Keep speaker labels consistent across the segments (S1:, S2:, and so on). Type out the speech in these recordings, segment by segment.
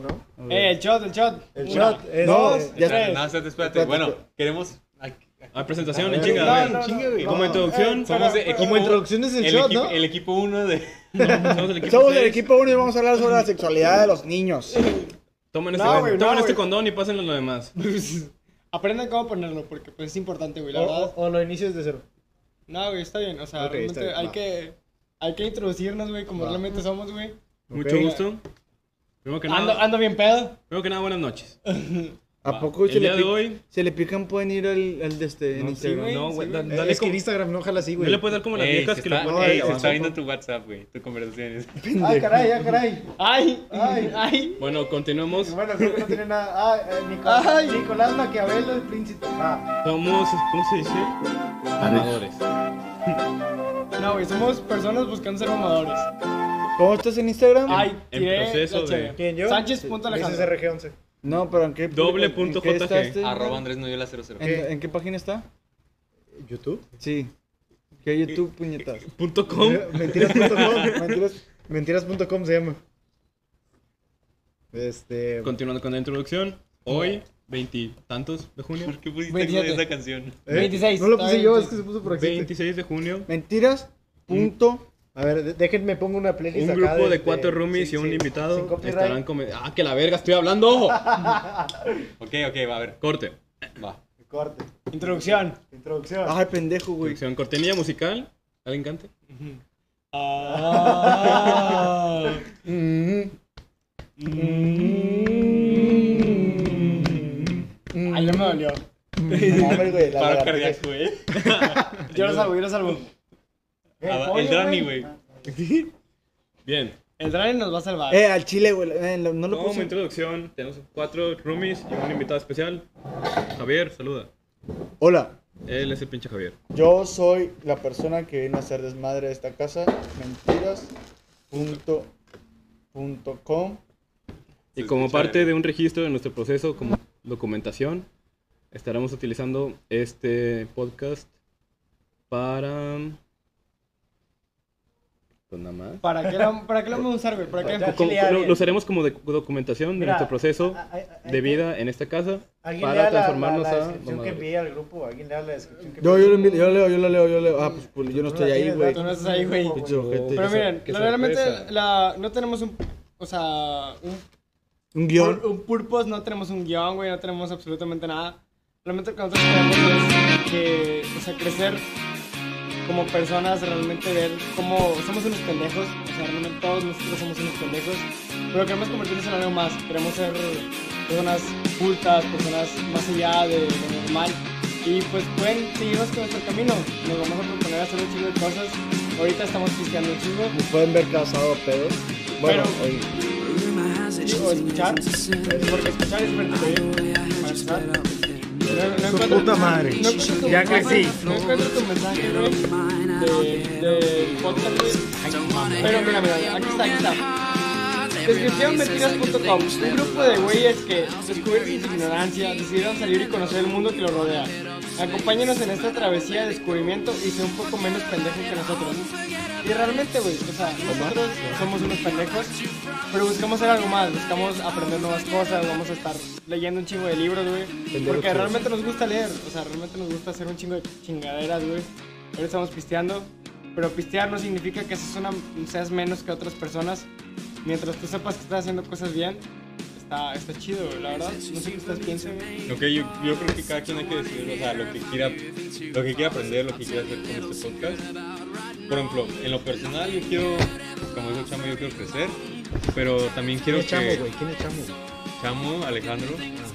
S1: ¿no?
S2: Eh, el shot, el shot.
S1: El
S2: Una,
S1: shot, es-
S2: dos,
S1: ya-
S2: tres.
S3: No, espérate, espérate. Bueno, queremos.
S4: Ah, presentación,
S1: A
S4: en
S1: ver,
S4: chinga.
S1: no,
S4: a ver.
S1: no,
S3: chingue, güey.
S4: Como introducción,
S2: eh,
S3: somos
S2: pero-
S3: equipo-
S1: Como introducción es el,
S3: El,
S1: shot,
S3: equipo,
S1: ¿no?
S3: el equipo uno de.
S4: Somos el equipo
S5: Somos del
S4: seis.
S5: equipo 1 y vamos a hablar sobre la sexualidad de los niños.
S4: Tomen este,
S2: No, güey,
S4: tomen
S2: no,
S4: este
S2: güey.
S4: condón y pásenlo a lo demás.
S2: Aprendan cómo ponerlo, porque pues, es importante, güey, la
S1: O,
S2: verdad.
S1: o- o lo inicias de cero.
S2: No, güey, está bien. O sea,
S1: Oh, Ok, está
S2: realmente
S1: bien,
S2: hay
S1: va.
S2: que. Hay que introducirnos, güey, como
S1: Va.
S2: realmente somos, güey.
S4: Mucho gusto. Primero que,
S2: Ando,
S4: nada,
S2: ando bien pedo.
S4: primero que nada, buenas noches.
S5: ¿A
S4: Va.
S5: poco
S4: El
S5: se le,
S4: día de
S5: pi-
S4: hoy-
S5: se le pican? Pueden ir al, al de este en
S4: No, sí,
S5: Instagram.
S2: güey,
S4: no,
S2: sí,
S4: güey,
S2: güey.
S4: da-
S1: Eh,
S4: dale
S1: es que
S4: como-
S1: en Instagram no jala así,
S4: No
S1: güey.
S4: le puedes dar como las
S3: Ey,
S4: viejas
S3: se
S4: que le
S3: está-
S4: ponen.
S3: ey,
S4: ahí
S3: se está
S4: abajo.
S3: viendo tu WhatsApp, güey. Tu conversaciones.
S1: Ay, Ah, caray, ay, caray.
S2: ¡Ay!
S1: Ay.
S2: ¡Ay! ¡Ay!
S4: Bueno, continuamos.
S1: Bueno, creo que no tiene nada. Ah, eh, Nicolás,
S2: Ay.
S1: Nicolás Maquiavelo, el príncipe. Ah,
S4: Somos, ¿cómo se dice? Amadores.
S2: No, güey, somos personas buscando ser mamadores.
S5: ¿Cómo estás en Instagram?
S2: ¡Ay!
S4: en
S2: tiré
S4: proceso
S2: la
S4: de-
S2: cheve.
S1: ¿quién yo?
S2: Sánchez.alejandro.
S1: SSRG11.
S5: No, pero ¿en qué?
S4: Doble
S5: en- en
S4: punto
S5: qué
S4: JG.
S5: estás, este?
S3: Arroba Andrés Noyola 00.
S1: Eh,
S5: ¿En, en qué página está?
S1: ¿YouTube?
S5: Sí. Que YouTube, puñetas.
S4: Punto com.
S1: Mentiras.com. Mentiras. Mentiras.com se llama. Este.
S4: Continuando con la introducción. Hoy, veintitantos de junio.
S3: ¿Por qué pusiste
S2: Veintisiete.
S3: esa canción?
S1: ¿eh?
S2: 26,
S1: No lo
S2: está
S1: puse
S2: bien,
S1: yo,
S2: sí.
S1: es que se puso por accidente.
S4: 26 de junio.
S5: Mentiras. Punto.
S1: A ver, de- déjenme pongo una playlist.
S4: Un
S1: acá
S4: grupo de
S1: de-
S4: cuatro roomies
S1: sí,
S4: y un
S1: sí, sin
S4: invitado
S1: copyright.
S4: estarán come- ¡Ah, que la verga! ¡Estoy hablando!
S3: Ok, ok, va a ver.
S4: Corte.
S3: Va.
S1: Corte.
S2: Introducción.
S1: Introducción.
S5: Ay, pendejo, güey.
S4: Sección cortinilla musical. ¿Alguien cante?
S2: Ah. Ay, ya me dolió.
S5: No, hombre, güey, la
S3: Paro
S5: lagartija.
S3: cardíaco, güey.
S1: Eh,
S2: Yo
S1: Mm.
S2: lo salvo, yo lo salvo.
S3: Ah, El Drani, güey.
S4: Bien.
S2: El Drani nos va a salvar.
S5: Eh, al chile, güey. eh, lo- no lo
S4: Como
S5: puse.
S4: introducción, tenemos cuatro roomies y un invitado especial. Javier, saluda.
S5: Hola.
S4: Él es el pinche Javier.
S5: Yo soy la persona que viene a hacer desmadre de esta casa. Mentiras. Punto. Punto com.
S4: Y
S3: Se
S4: como
S3: escucha
S4: parte
S3: bien.
S4: de un registro de nuestro proceso como documentación, estaremos utilizando este podcast para... Pues nada más.
S2: ¿Para qué lo, para qué lo vamos a usar, güey? ¿Para qué?
S1: Ya.
S4: Como-
S1: lea
S4: lo,
S1: bien.
S4: lo usaremos como de- documentación de
S1: Mira,
S4: nuestro proceso
S1: a- a- a-
S4: de vida en esta casa
S1: ¿Alguien lea
S4: para
S1: la-
S4: transformarnos
S1: la, la
S4: a...
S1: descripción que
S4: mamadores.
S1: envié al grupo? ¿Alguien lea la descripción que
S5: Yo,
S1: envié
S5: yo,
S1: al
S5: lo
S1: grupo?
S5: envío, yo leo, yo lo leo, yo leo. Ah, pues, pues, yo no
S1: Tú
S5: estoy
S1: la
S5: ahí,
S1: tienes,
S5: güey.
S2: Tú no estás ahí, güey.
S5: Pinche ojete.
S2: Pero miren,
S4: qué sorpresa.
S2: realmente la, no tenemos un... O sea, un,
S5: Un
S2: un,
S5: guión.
S2: un purpose, no tenemos un guión, güey, no tenemos absolutamente nada. Realmente lo que nosotros queremos es que, o sea, crecer como personas, realmente ver cómo somos unos pendejos. O sea, realmente todos nosotros somos unos pendejos. Pero queremos convertirnos en algo más. Queremos ser personas cultas, personas más allá de lo normal. Y pues pueden seguirnos con nuestro camino. Nos vamos a proponer hacer un chingo de cosas. Ahorita estamos pisteando un chingo.
S5: Nos pueden ver casado, pero. Bueno,
S2: Pero-
S5: ahí.
S2: O escuchar. Porque escuchar es súper
S1: Su puta madre. Ya crecí.
S2: No encuentro tu mensaje, güey, de, de podcast, güey. Pero mira, mira, aquí está, aquí está. Descripción mentiras.com Un grupo de güeyes que, descubiertos de su ignorancia, decidieron salir y conocer el mundo que los rodea. Acompáñenos en esta travesía de descubrimiento y sé un poco menos pendejo que nosotros. Y realmente, güey, o sea, nosotros somos unos pendejos, pero buscamos hacer algo más, buscamos aprender nuevas cosas, vamos a estar leyendo un chingo de libros, güey. Porque realmente nos gusta leer, o sea, realmente nos gusta hacer un chingo de chingaderas, güey. Ahora estamos pisteando, pero pistear no significa que seas, una, seas menos que otras personas. Mientras tú sepas que estás haciendo cosas bien, está, está chido, güey, la verdad. No sé qué ustedes piensan, güey.
S3: Ok, yo, yo creo que cada quien hay que decidir, o sea, lo que quiera, lo que quiera aprender, lo que quiera hacer con este podcast. Por ejemplo, en lo personal yo quiero, pues, como dijo Chamo, yo quiero crecer, pero también quiero
S1: ¿Quién es
S3: que
S1: Chamo, güey? ¿Quién es Chamo?
S3: Chamo, Alejandro,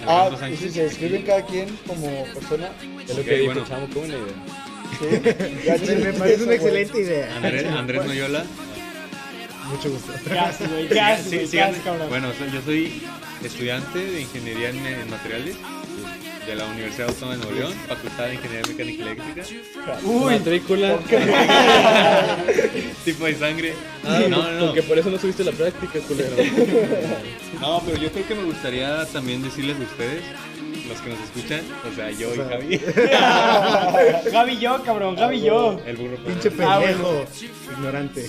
S5: Ah,
S3: Alejandro
S5: y si
S3: Sánchez.
S5: se describen cada quien como persona.
S4: Es lo
S3: Ok,
S4: que dijo
S3: bueno.
S4: Chamo, qué buena idea.
S5: Ya
S1: Me parece una excelente idea.
S3: Andrés, Andrés Noyola.
S1: Mucho gusto.
S2: ¿Qué haces, güey? ¿Qué haces,
S3: Sí,
S2: güey?
S3: sí,
S2: ¿Qué haces,
S3: Andrés.
S2: cabrón?
S3: bueno, so- yo soy estudiante de Ingeniería en, en Materiales de la Universidad Autónoma de Nuevo León, Facultad de Ingeniería Mecánica y Eléctrica.
S2: Uy,
S4: Matrícula.
S3: Tipo de sangre. No, no, no.
S4: Porque por eso no subiste la práctica, culero.
S3: No, pero yo creo que me gustaría también decirles a ustedes, los que nos escuchan, o sea, yo y Javi,
S2: Gaby y yo, cabrón, Gaby y yo.
S3: el burro.
S1: Pinche
S3: perdón.
S2: Ah,
S1: pendejo. Ignorante.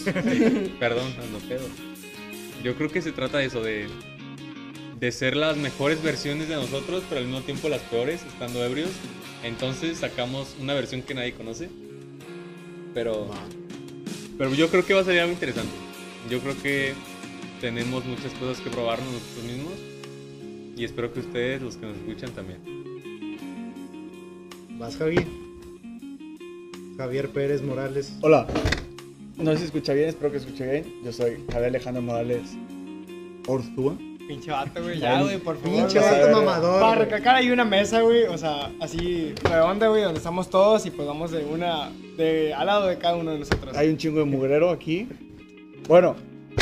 S3: Perdón, ando pedo. Yo creo que se trata de eso, de, de ser las mejores versiones de nosotros, pero al mismo tiempo las peores, estando ebrios. Entonces sacamos una versión que nadie conoce. Pero,
S5: Ah.
S3: pero yo creo que va a salir algo interesante. Yo creo que tenemos muchas cosas que probarnos nosotros mismos. Y espero que ustedes, los que nos escuchan, también.
S1: Vas, Javi. Javier Pérez Morales.
S5: Hola. No sé si escucha bien, espero que escuche bien. Yo soy Javier Alejandro Morales Orzúa.
S2: Pinche vato, güey. Ya, güey, por favor.
S1: Pinche
S5: a
S1: vato
S5: ver.
S1: mamador.
S2: Para
S1: güey.
S2: recacar hay una mesa, güey, o sea, así redonda, güey, donde estamos todos y pues vamos de una, de al lado de cada uno de nosotros.
S5: Hay un chingo de mugrero aquí. Bueno,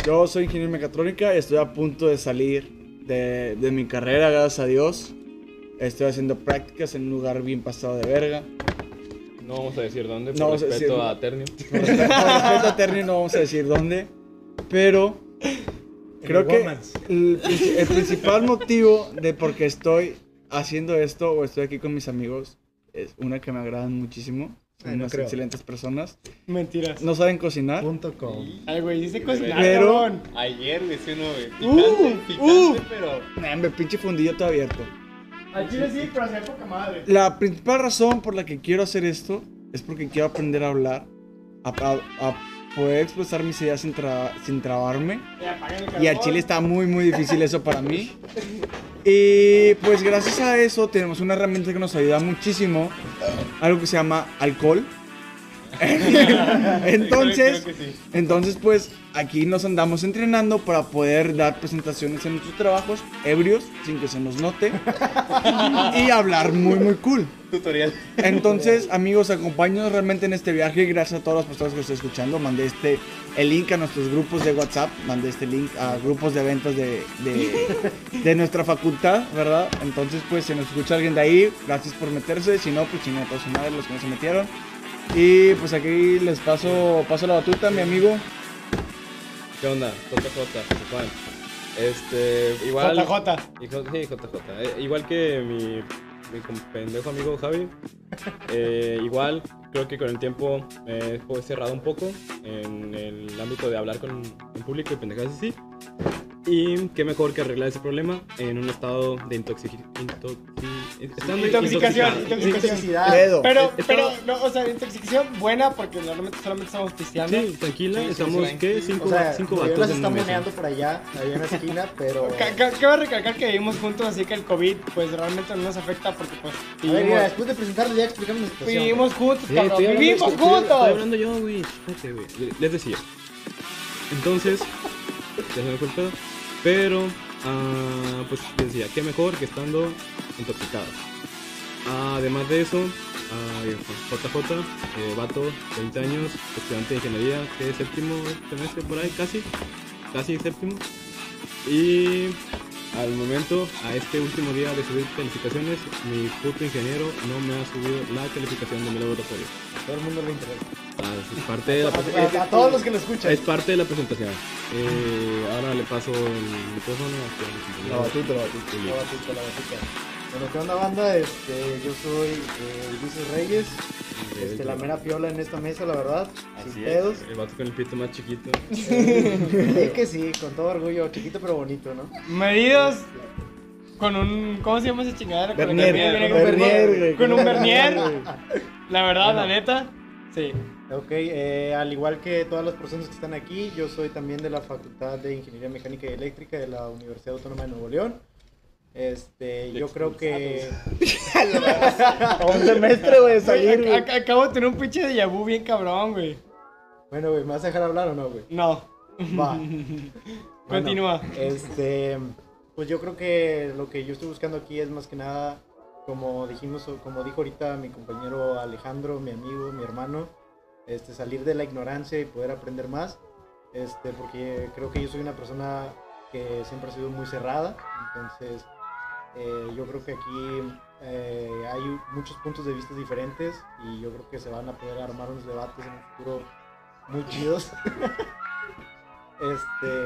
S5: yo soy ingeniero en mecatrónica y estoy a punto de salir de, de mi carrera, gracias a Dios. Estoy haciendo prácticas en un lugar bien pasado de verga.
S4: No vamos a decir dónde, por
S5: No vamos a
S4: respeto a,
S5: decir-
S4: Ternio.
S5: Por respeto por respeto a Terni, no vamos a decir dónde. Pero creo que
S1: Walmart.
S5: el, princi- el principal motivo de por qué estoy haciendo esto o estoy aquí con mis amigos es una que me agradan muchísimo. Son
S1: Ay, no
S5: unas
S1: creo.
S5: excelentes personas.
S2: Mentiras.
S5: No saben cocinar.
S1: Punto com.
S2: Ay, güey, dice cocinar,
S5: Pero-
S2: cabrón.
S3: Ayer, decía uno, güey. Picante,
S5: Uh,
S3: picante,
S5: uh.
S3: pero.
S5: Nah, hombre, pinche fundillo todo abierto.
S2: Al chile sí, pero hacer poca madre.
S5: La principal razón por la que quiero hacer esto es porque quiero aprender a hablar, a, a- a poder expresar mis ideas sin, tra- sin trabarme.
S2: Ya, apaguen el
S5: Y al
S2: carbón.
S5: chile está muy, muy difícil eso para mí. Y pues gracias a eso tenemos una herramienta que nos ayuda muchísimo, algo que se llama alcohol. entonces,
S3: Creo que sí.
S5: entonces pues aquí nos andamos entrenando para poder dar presentaciones en nuestros trabajos ebrios sin que se nos note y hablar muy muy cool.
S3: Tutorial.
S5: Entonces, amigos, acompáñenos realmente en este viaje. Gracias a todas las personas que están escuchando. Mandé este el link a nuestros grupos de WhatsApp. Mandé este link a grupos de eventos de, de, de nuestra facultad, ¿verdad? Entonces, pues, si nos escucha alguien de ahí, gracias por meterse. Si no, pues, chingón, todos su madre los que no se metieron. Y pues aquí les paso, paso la batuta, mi amigo.
S4: ¿Qué onda? JJ, Juan. Este, igual.
S2: JJ.
S4: Hijo, sí, JJ. Eh, igual que mi, mi com- pendejo amigo Javi, eh, igual creo que con el tiempo me he pues, cerrado un poco en el ámbito de hablar con el público y pendejadas así. Y qué mejor que arreglar ese problema en un estado de intoxi- intoxi- estando
S2: Intoxicación,
S4: intoxicado.
S2: intoxicación.
S5: Ledo.
S2: Pero,
S4: Estaba-
S2: pero, no, o sea, intoxicación buena porque normalmente solamente estamos pisteando.
S4: Sí, tranquila,
S2: Sí, sí,
S4: estamos,
S2: sí, sí.
S4: ¿qué? Cinco,
S1: O sea,
S4: cinco
S1: Javier
S4: vatos
S1: las
S4: en
S1: está
S4: una mesa.
S1: moneando por allá, ahí en la esquina, pero.
S2: Ca- ca- Cabe recalcar que vivimos juntos, así que el COVID, pues realmente no nos afecta porque, pues,
S1: A ver, mira,
S2: vivimos,
S1: después de presentarlo ya explicamos la situación.
S2: vivimos juntos,
S4: Sí,
S2: cabrón.
S4: estoy hablando-
S2: Vivimos
S4: estoy- estoy- Estoy
S2: juntos.
S4: hablando yo, güey. Espérate, güey. Les decía. Entonces, ya se me fue el pedo. Pero, ah, pues les decía, qué mejor que estando intoxicados. Ah, además de eso, ah, JJ, eh, vato, 20 años, estudiante de ingeniería, que es séptimo semestre por ahí, casi, casi séptimo. Y al momento, a este último día de subir calificaciones, mi puto ingeniero no me ha subido la calificación de mi laboratorio.
S1: Todo el mundo lo interesa.
S4: Ah, es parte de la
S1: A,
S4: presentación.
S1: a- a todos los que lo escuchan.
S4: Es parte de la presentación. Eh, ahora le paso el micrófono
S1: La
S4: a
S1: batuta, la batuta, la batuta, la batuta. Bueno, ¿qué onda, banda? Este, yo soy eh, Ulises Reyes. Este, la mera piola en esta mesa, la verdad. sin pedos.
S4: El vato con el pito más chiquito.
S1: Sí, que sí, con todo orgullo. Chiquito pero bonito, ¿no?
S2: Medidos con un. ¿Cómo se llama esa chingadera? Con la que
S5: Bernier,
S2: mide-
S5: con
S2: mide-
S5: un Bernier, güey,
S2: Con un
S5: con un
S2: Bernier.
S5: Bernier,
S2: La verdad, la neta. Sí.
S1: Ok, eh, al igual que todas las personas que están aquí, yo soy también de la Facultad de Ingeniería Mecánica y Eléctrica de la Universidad Autónoma de Nuevo León. Este, yo creo que...
S5: A un semestre, güey, de salir.
S2: Güey, ac- ac- acabo de tener un pinche de vu bien cabrón, güey.
S1: Bueno, güey, ¿me vas a dejar hablar o no, güey?
S2: No.
S1: Va. Bueno,
S2: Continúa.
S1: Este, pues yo creo que lo que yo estoy buscando aquí es más que nada, como dijimos, o como dijo ahorita mi compañero Alejandro, mi amigo, mi hermano, este, salir de la ignorancia y poder aprender más, este, porque creo que yo soy una persona que siempre ha sido muy cerrada, entonces eh, yo creo que aquí eh, hay muchos puntos de vista diferentes y yo creo que se van a poder armar unos debates en el futuro muy chidos. este,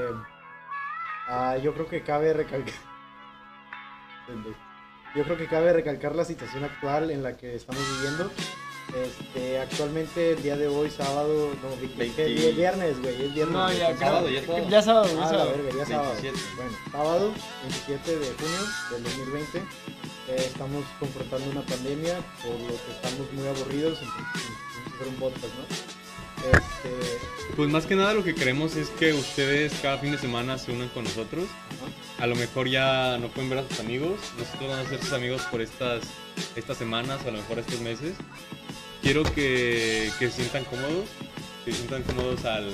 S1: ah, yo creo que cabe recalcar. Yo creo que cabe recalcar la situación actual en la que estamos viviendo. Este, actualmente el día de hoy, sábado, no, vi-
S3: Veinti-
S1: vi- vi- viernes, güey, es viernes.
S2: No, ya,
S3: Sábado,
S2: creo-
S3: ya sábado.
S2: Ya sábado, ya
S1: Ah, la
S2: sábado.
S1: verga, ya sábado.
S3: 27.
S1: Bueno, sábado 27 de junio del 2020. eh, estamos confrontando una pandemia, por lo que estamos muy aburridos. Entonces, vamos a hacer un podcast, ¿no? Este,
S3: Pues más que nada lo que queremos es que ustedes cada fin de semana se unan con nosotros. A lo mejor ya no pueden ver a sus amigos. Nosotros vamos a ser sus amigos por estas, estas semanas, a lo mejor estos meses. Quiero que, que se sientan cómodos. Que se sientan cómodos al...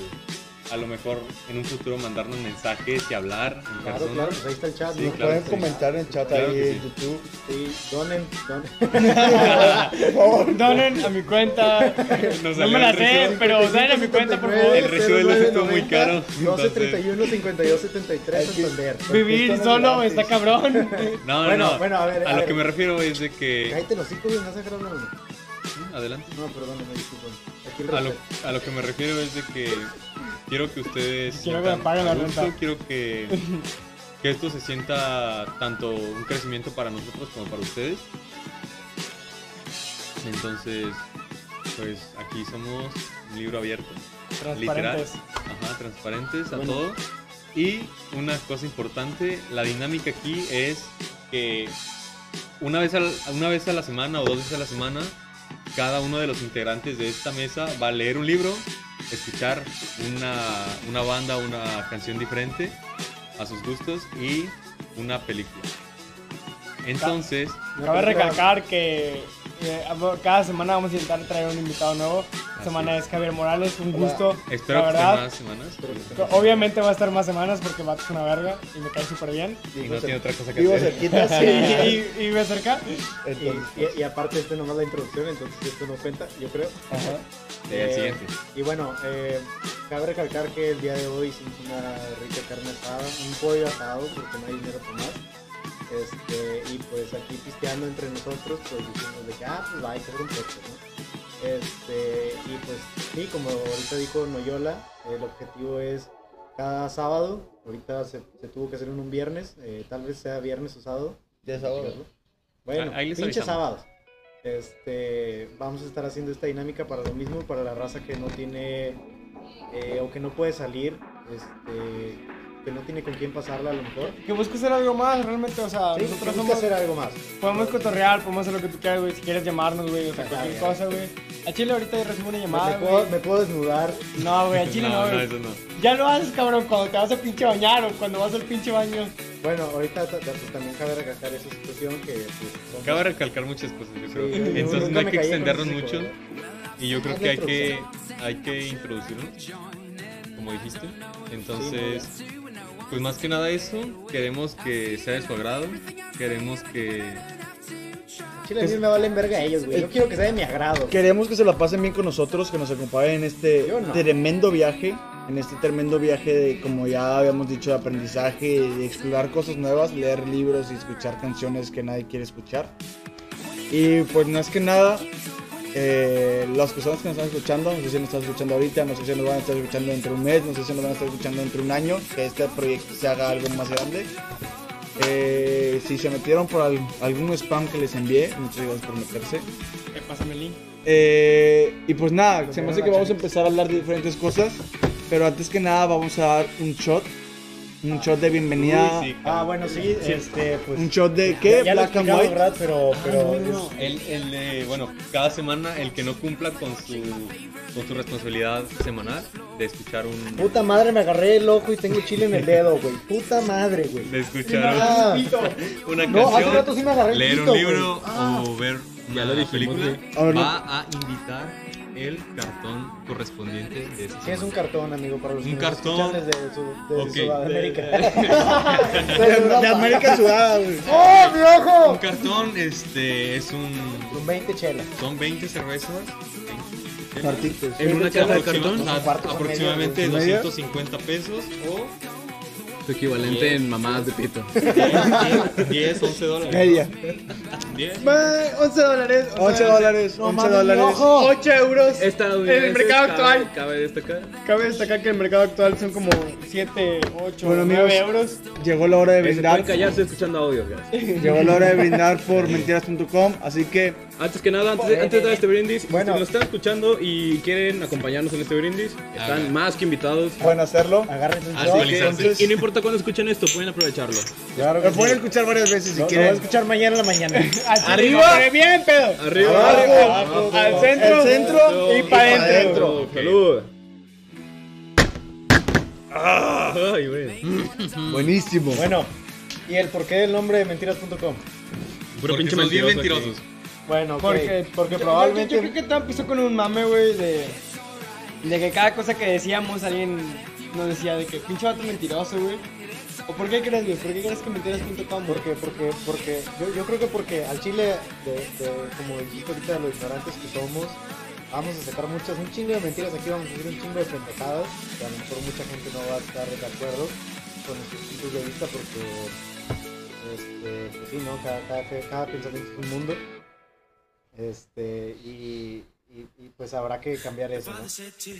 S3: A lo mejor en un futuro mandarnos mensajes y hablar en
S1: claro,
S3: persona.
S1: claro, pues ahí está el chat.
S3: Sí,
S1: ¿no?
S3: claro
S1: Pueden
S5: Pueden
S3: que sí.
S1: comentar.
S5: comentar en el chat
S3: Claro
S5: ahí
S3: que sí.
S5: en YouTube.
S1: Sí, donen, donen.
S5: Por favor.
S2: Donen a mi cuenta.
S3: Nos
S2: No
S3: salió
S2: me la
S3: el recibo-
S2: sé, pero donen a mi cuenta, por favor.
S3: El recibo del luz estuvo muy caro,
S1: 12,
S3: entonces-
S1: 31, 52, 73,
S5: Es que-
S1: Santander.
S2: Vivir solo está cabrón.
S3: No,
S1: Bueno,
S3: no, no.
S1: bueno, a ver, a
S3: lo
S1: ver.
S3: que me refiero es de que.
S1: Cállate los cinco, güey, me vas a dejar hablar, güey.
S3: Adelante.
S1: No, perdóname, disculpen. Aquí el
S3: A lo,
S1: respeto.
S3: a lo que me refiero es de que quiero que ustedes. se
S2: Quiero que me
S3: sientan
S2: paguen la
S3: a gusto,
S2: renta.
S3: Quiero que, que esto se sienta tanto un crecimiento para nosotros como para ustedes. Entonces, pues aquí somos un libro abierto. Literal.
S2: Transparentes.
S3: Ajá, transparentes a todo. Y una cosa importante, la dinámica aquí es que una vez, al- una vez a la semana o dos veces a la semana, cada uno de los integrantes de esta mesa va a leer un libro, escuchar una, una banda, una canción diferente a sus gustos y una película. Entonces,
S2: Cabe recalcar que eh, cada semana vamos a intentar traer un invitado nuevo. Esta
S3: Así
S2: semana
S3: es.
S2: es Javier Morales, un gusto. la
S3: espero que estén
S2: verdad,
S3: más semanas.
S1: Espero que estén
S2: que obviamente va a estar más semanas porque va a ser una verga y me cae súper bien.
S3: Y no tiene otra cosa que
S5: Vivo
S3: hacer.
S5: cerquita,
S2: Y,
S5: sí.
S2: y, y me acerca.
S5: Entonces,
S1: Y, y- y aparte, este nomás la introducción, entonces esto no cuenta, yo creo.
S5: ajá.
S3: Sí, al siguiente.
S1: Y bueno, eh, cabe recalcar que el día de hoy hicimos una rica carne asada, un pollo asado, porque no hay dinero para más. Este, y pues aquí pisteando entre nosotros, pues dijimos de que, ah, pues va, hay que hacer un podcast, ¿no? Este, y pues sí, como ahorita dijo Noyola, el objetivo es cada sábado, ahorita se, se tuvo que hacer en un viernes, eh, tal vez sea viernes o sábado,
S5: Ya sabes.
S1: bueno,
S3: Ahí les
S1: pinches
S3: avisamos.
S1: sábados. Este, vamos a estar haciendo esta dinámica para lo mismo, para la raza que no tiene eh, o que no puede salir, este, que no tiene con quién pasarla a lo mejor.
S2: Que busque hacer algo más realmente, o sea,
S1: Sí,
S2: nosotros
S1: nosotros
S2: somos...
S1: hacer algo más.
S2: Podemos cotorrear, podemos hacer lo que tú quieras, güey. Si quieres llamarnos, güey, o sea,
S1: Ah,
S2: cualquier
S1: bien.
S2: cosa, güey. A Chile ahorita yo recibo una
S1: Me
S2: llamada,
S1: puedo,
S2: güey.
S1: me puedo desnudar.
S2: No, güey, a Chile no,
S3: no,
S2: güey.
S3: eso no.
S2: Ya lo haces, cabrón, cuando te vas a pinche bañar o cuando vas al pinche baño.
S1: Bueno, ahorita ta- ta- pues, también cabe recalcar esa situación que pues, somos-
S3: Cabe recalcar muchas cosas, yo creo.
S1: Sí, yo- yo
S3: Entonces
S1: nunca
S3: no hay
S1: me
S3: que
S1: caí ¿eh? con
S3: extendernos
S1: ese tipo,
S3: mucho.
S1: ¿verdad?
S3: Y yo creo
S1: Haz
S3: que
S1: la
S3: hay que, hay que introducirnos, como dijiste. Entonces, pues más que nada eso, queremos que sea de su agrado. Queremos que...
S1: Chile, a mí me valen verga ellos, güey. Yo quiero que sea de mi agrado.
S5: Queremos que se la pasen bien con nosotros, que nos acompañen en este
S1: Yo no.
S5: tremendo viaje, en este tremendo viaje de, como ya habíamos dicho, de aprendizaje, de explorar cosas nuevas, leer libros y escuchar canciones que nadie quiere escuchar. Y pues más que nada, eh, las personas que nos están escuchando, no sé si nos están escuchando ahorita, no sé si nos van a estar escuchando dentro de un mes, no sé si nos van a estar escuchando dentro de un año, que este proyecto se haga algo más grande. Eh, si se metieron por al- algún spam que les envié, muchas gracias por meterse.
S2: Eh, pásame el link.
S5: Eh, y pues nada, se me hace que vamos a empezar a hablar de diferentes cosas, pero antes que nada vamos a dar un shot, un shot de bienvenida,
S3: Uy, sí,
S1: Ah,
S3: cabrón.
S1: bueno, sí, este, pues.
S5: un shot de qué,
S1: ya- ya lo
S5: black and
S1: explicamos,
S5: white.
S1: ¿verdad? Pero, pero pues,
S2: no, no.
S1: es-
S3: El, el, eh, bueno, cada semana el que no cumpla con su, con su responsabilidad semanal de escuchar un...
S1: Puta madre, me agarré el ojo y tengo chile en el dedo, güey. Puta madre, güey.
S3: De escuchar
S1: Ah,
S3: una
S1: no, hace
S3: canción,
S1: rato sí me agarré el
S3: leer
S1: pito,
S3: un
S1: güey.
S3: libro
S1: Ah.
S3: o ver
S4: Ya lo
S3: una
S4: dijimos,
S3: película,
S4: güey.
S5: A ver, no.
S3: va a invitar el cartón correspondiente de esta
S1: Sí, es un
S3: semana.
S1: cartón, amigo, para los
S3: Un
S1: que nos
S3: cartón.
S1: escuchan desde, su, desde
S3: Ok.
S1: Sudamérica.
S5: De,
S1: Desde
S5: de
S1: Europa.
S5: América Sudada, güey.
S1: ¡Oh, mi
S3: Un
S1: ojo!
S3: cartón, este, es un...
S1: Con 20 chelas.
S3: Son 20 cervezas. 20
S5: Partitos.
S3: En una
S4: ¿Veinte
S3: caja
S4: chelas de cartón?
S1: Cuartos a
S3: aproximadamente
S5: media, güey.
S3: 250 pesos o
S4: Su equivalente en mamadas de pito.
S3: 10, 11 dólares.
S5: Media.
S3: 10.
S2: 11 dólares.
S5: 11 dólares, 11 dólares.
S2: 8 euros.
S4: Estadounidenses,
S2: El mercado
S4: cabe-
S2: actual.
S4: Cabe destacar.
S2: Cabe destacar que el mercado actual son como 7, 8,
S5: Bueno,
S2: 9 euros.
S5: amigos, Llegó la hora de
S4: Eh, se pueden
S5: brindar.
S4: callarse escuchando audio, gracias.
S5: Llegó la hora de brindar por mentiras.com. Así que
S4: Antes que nada, antes, de- antes de dar este brindis,
S5: Bueno.
S4: si nos están escuchando y quieren acompañarnos en este brindis, están
S3: Ah.
S4: más que invitados.
S5: pueden hacerlo.
S1: Agarren sus
S4: Así que-
S3: Actualizarse.
S4: y no importa cuándo escuchen esto, pueden aprovecharlo.
S1: Claro que
S5: Lo
S1: sí.
S5: pueden escuchar varias veces
S1: Lo-
S5: si
S1: lo voy a
S5: quieren.
S1: escuchar mañana en la mañana.
S2: Así
S4: Arriba.
S2: digo, pero bien, pedo.
S4: Arriba,
S5: Abajo,
S4: arriba,
S5: abajo,
S2: al
S5: abajo.
S2: centro,
S5: Al centro
S2: y pa'
S5: pa'
S2: dentro.
S4: Ok. Salud. Ay, güey.
S5: Buenísimo.
S1: Bueno, ¿y el porqué del nombre de mentiras.com?
S4: Puro
S3: Porque
S4: pinche
S3: son bien
S4: mentiroso.
S3: mentirosos.
S1: Bueno, ok,
S2: Porque,
S1: porque
S2: yo-
S1: probablemente...
S2: Yo, yo creo que todo empezó con un mame, güey, de. De que cada cosa que decíamos, alguien nos decía de que pinche vato mentiroso, güey. ¿O por qué crees, güey? ¿Por qué crees que mentiras.com?
S1: Porque, porque, porque, yo, yo creo que porque al chile, de, de- como dijiste ahorita, de los ignorantes que somos, vamos a sacar muchas, un chingo de mentiras aquí, vamos a decir un chingo de pendejadas, que a lo mejor mucha gente no va a estar de acuerdo con nuestros puntos de vista porque, este, pues sí, ¿no? Cada, cada, cada pensamiento es un mundo, este, y, y, y, pues habrá que cambiar eso, ¿no? Este,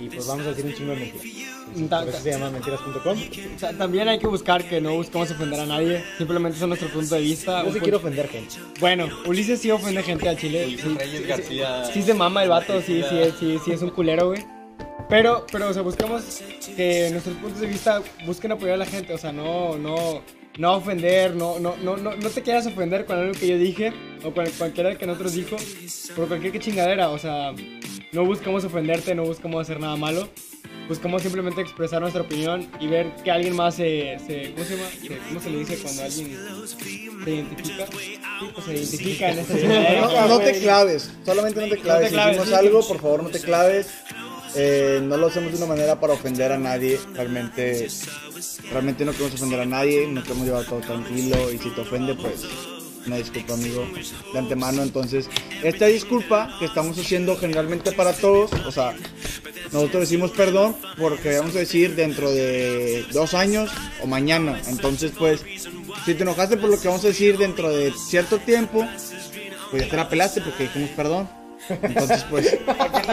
S1: y pues vamos a decir un chingo de mentiras. Por eso se llama mentiras.com.
S2: O sea, también hay que buscar que no buscamos ofender a nadie. Simplemente son nuestro punto de vista.
S1: Yo
S2: Un
S1: sí
S2: pu-
S1: quiero ofender gente.
S2: Bueno, Ulises sí ofende gente al chile.
S3: Ulises
S2: sí,
S3: Reyes
S2: sí,
S3: García.
S2: Sí, sí se mama el vato, sí, sí, sí, sí es un culero, güey. Pero, pero, o sea, buscamos que nuestros puntos de vista busquen apoyar a la gente. O sea, no, no, no ofender, no, no, no, no, no te quieras ofender con algo que yo dije o con cualquiera que nosotros dijo, por cualquier que chingadera. O sea, no buscamos ofenderte, no buscamos hacer nada malo. Buscamos simplemente expresar nuestra opinión y ver que alguien más se, se ¿cómo se llama? Se- ¿Cómo se le dice cuando alguien se identifica? Sí, pues se identifica en esta
S5: No,
S2: chingadera,
S5: no
S2: güey.
S5: te claves, solamente no te claves.
S2: te claves,
S5: si hicimos
S2: sí.
S5: algo, por favor, no te claves. Eh, no lo hacemos de una manera para ofender a nadie. Realmente, realmente no queremos ofender a nadie. Nos queremos llevar todo tranquilo. Y si te ofende, pues una disculpa, amigo, de antemano. Entonces, esta disculpa que estamos haciendo generalmente para todos, o sea, nosotros decimos perdón porque vamos a decir dentro de dos años o mañana. Entonces, pues, si te enojaste por lo que vamos a decir dentro de cierto tiempo, pues ya te la pelaste porque dijimos perdón. Entonces, pues,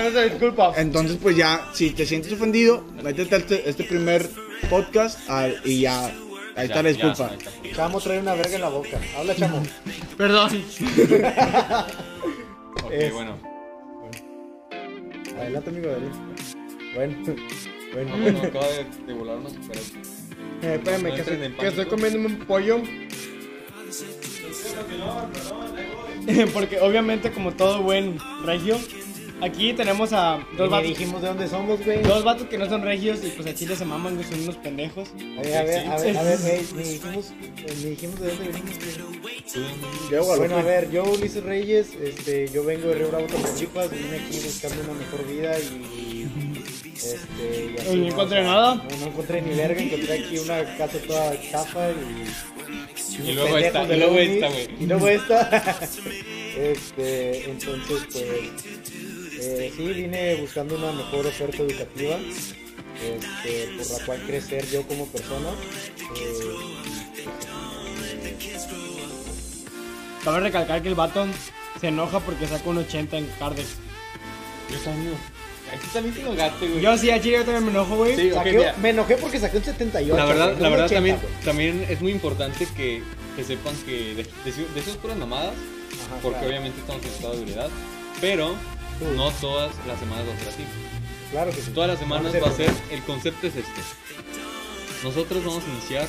S2: disculpa.
S5: entonces, pues ya, si te sientes ofendido, métete a este, este primer podcast al- y ya, ahí está la
S3: Ya, ya,
S5: disculpa.
S3: ahí está.
S1: Chamo trae una verga en la boca. Habla, chamo.
S2: Perdón.
S1: Es-
S3: Ok, bueno.
S1: Adelante, amigo. adelante. Bueno,
S3: No,
S1: bueno.
S3: bueno, acaba de, de volar una cucaracha.
S2: Eh, espérame,
S3: No
S2: que,
S3: entren en
S2: estoy, que
S3: pánico.
S2: estoy comiéndome un pollo. Porque obviamente como todo buen regio, aquí tenemos a dos
S1: Y ni
S2: vatos,
S1: dijimos de dónde somos, güey.
S2: dos vatos que no son regios y pues a Chile se maman, güey, son unos pendejos.
S1: A ver, a ver, a ver, a ver, güey. Ni dijimos, eh, ni dijimos de dónde venimos, güey.
S5: Yo,
S1: Bueno, a ver, yo, Ulises Reyes, este, yo vengo de Río Bravo, Tamaulipas. Vine aquí buscando una mejor vida y. Este, y
S2: ¿Y no encontré
S1: o sea,
S2: nada?
S1: No, no encontré ni verga. Encontré aquí una casa toda chafa y.
S3: Y luego esta,
S1: Pendejos
S3: y luego
S1: de
S3: esta,
S1: Lumi,
S3: güey.
S1: Y luego esta. este, entonces, pues. eh, sí, vine buscando una mejor oferta educativa. Este, por la cual crecer yo como persona. eh, eh,
S2: Cabe recalcar que el vato se enoja porque saca un 80 en Cardex.
S3: Aquí también tengo gato, güey.
S2: Yo sí, a Chile yo también me enojo, güey.
S3: Sí, ok,
S1: saqué-
S3: mira.
S1: me enojé porque saqué un 78.
S3: La verdad,
S1: güey,
S3: la
S1: un
S3: verdad
S1: 80,
S3: también,
S1: güey.
S3: también es muy importante que, que sepan que de, de, su- de esas puras mamadas,
S1: Ajá,
S3: porque
S1: claro,
S3: obviamente estamos en estado de ebriedad, pero
S1: Sí.
S3: no todas las semanas va a ser así.
S1: Claro que sí.
S3: Todas las semanas
S1: Vamos
S3: va a ser, el concepto es este. Nosotros vamos a iniciar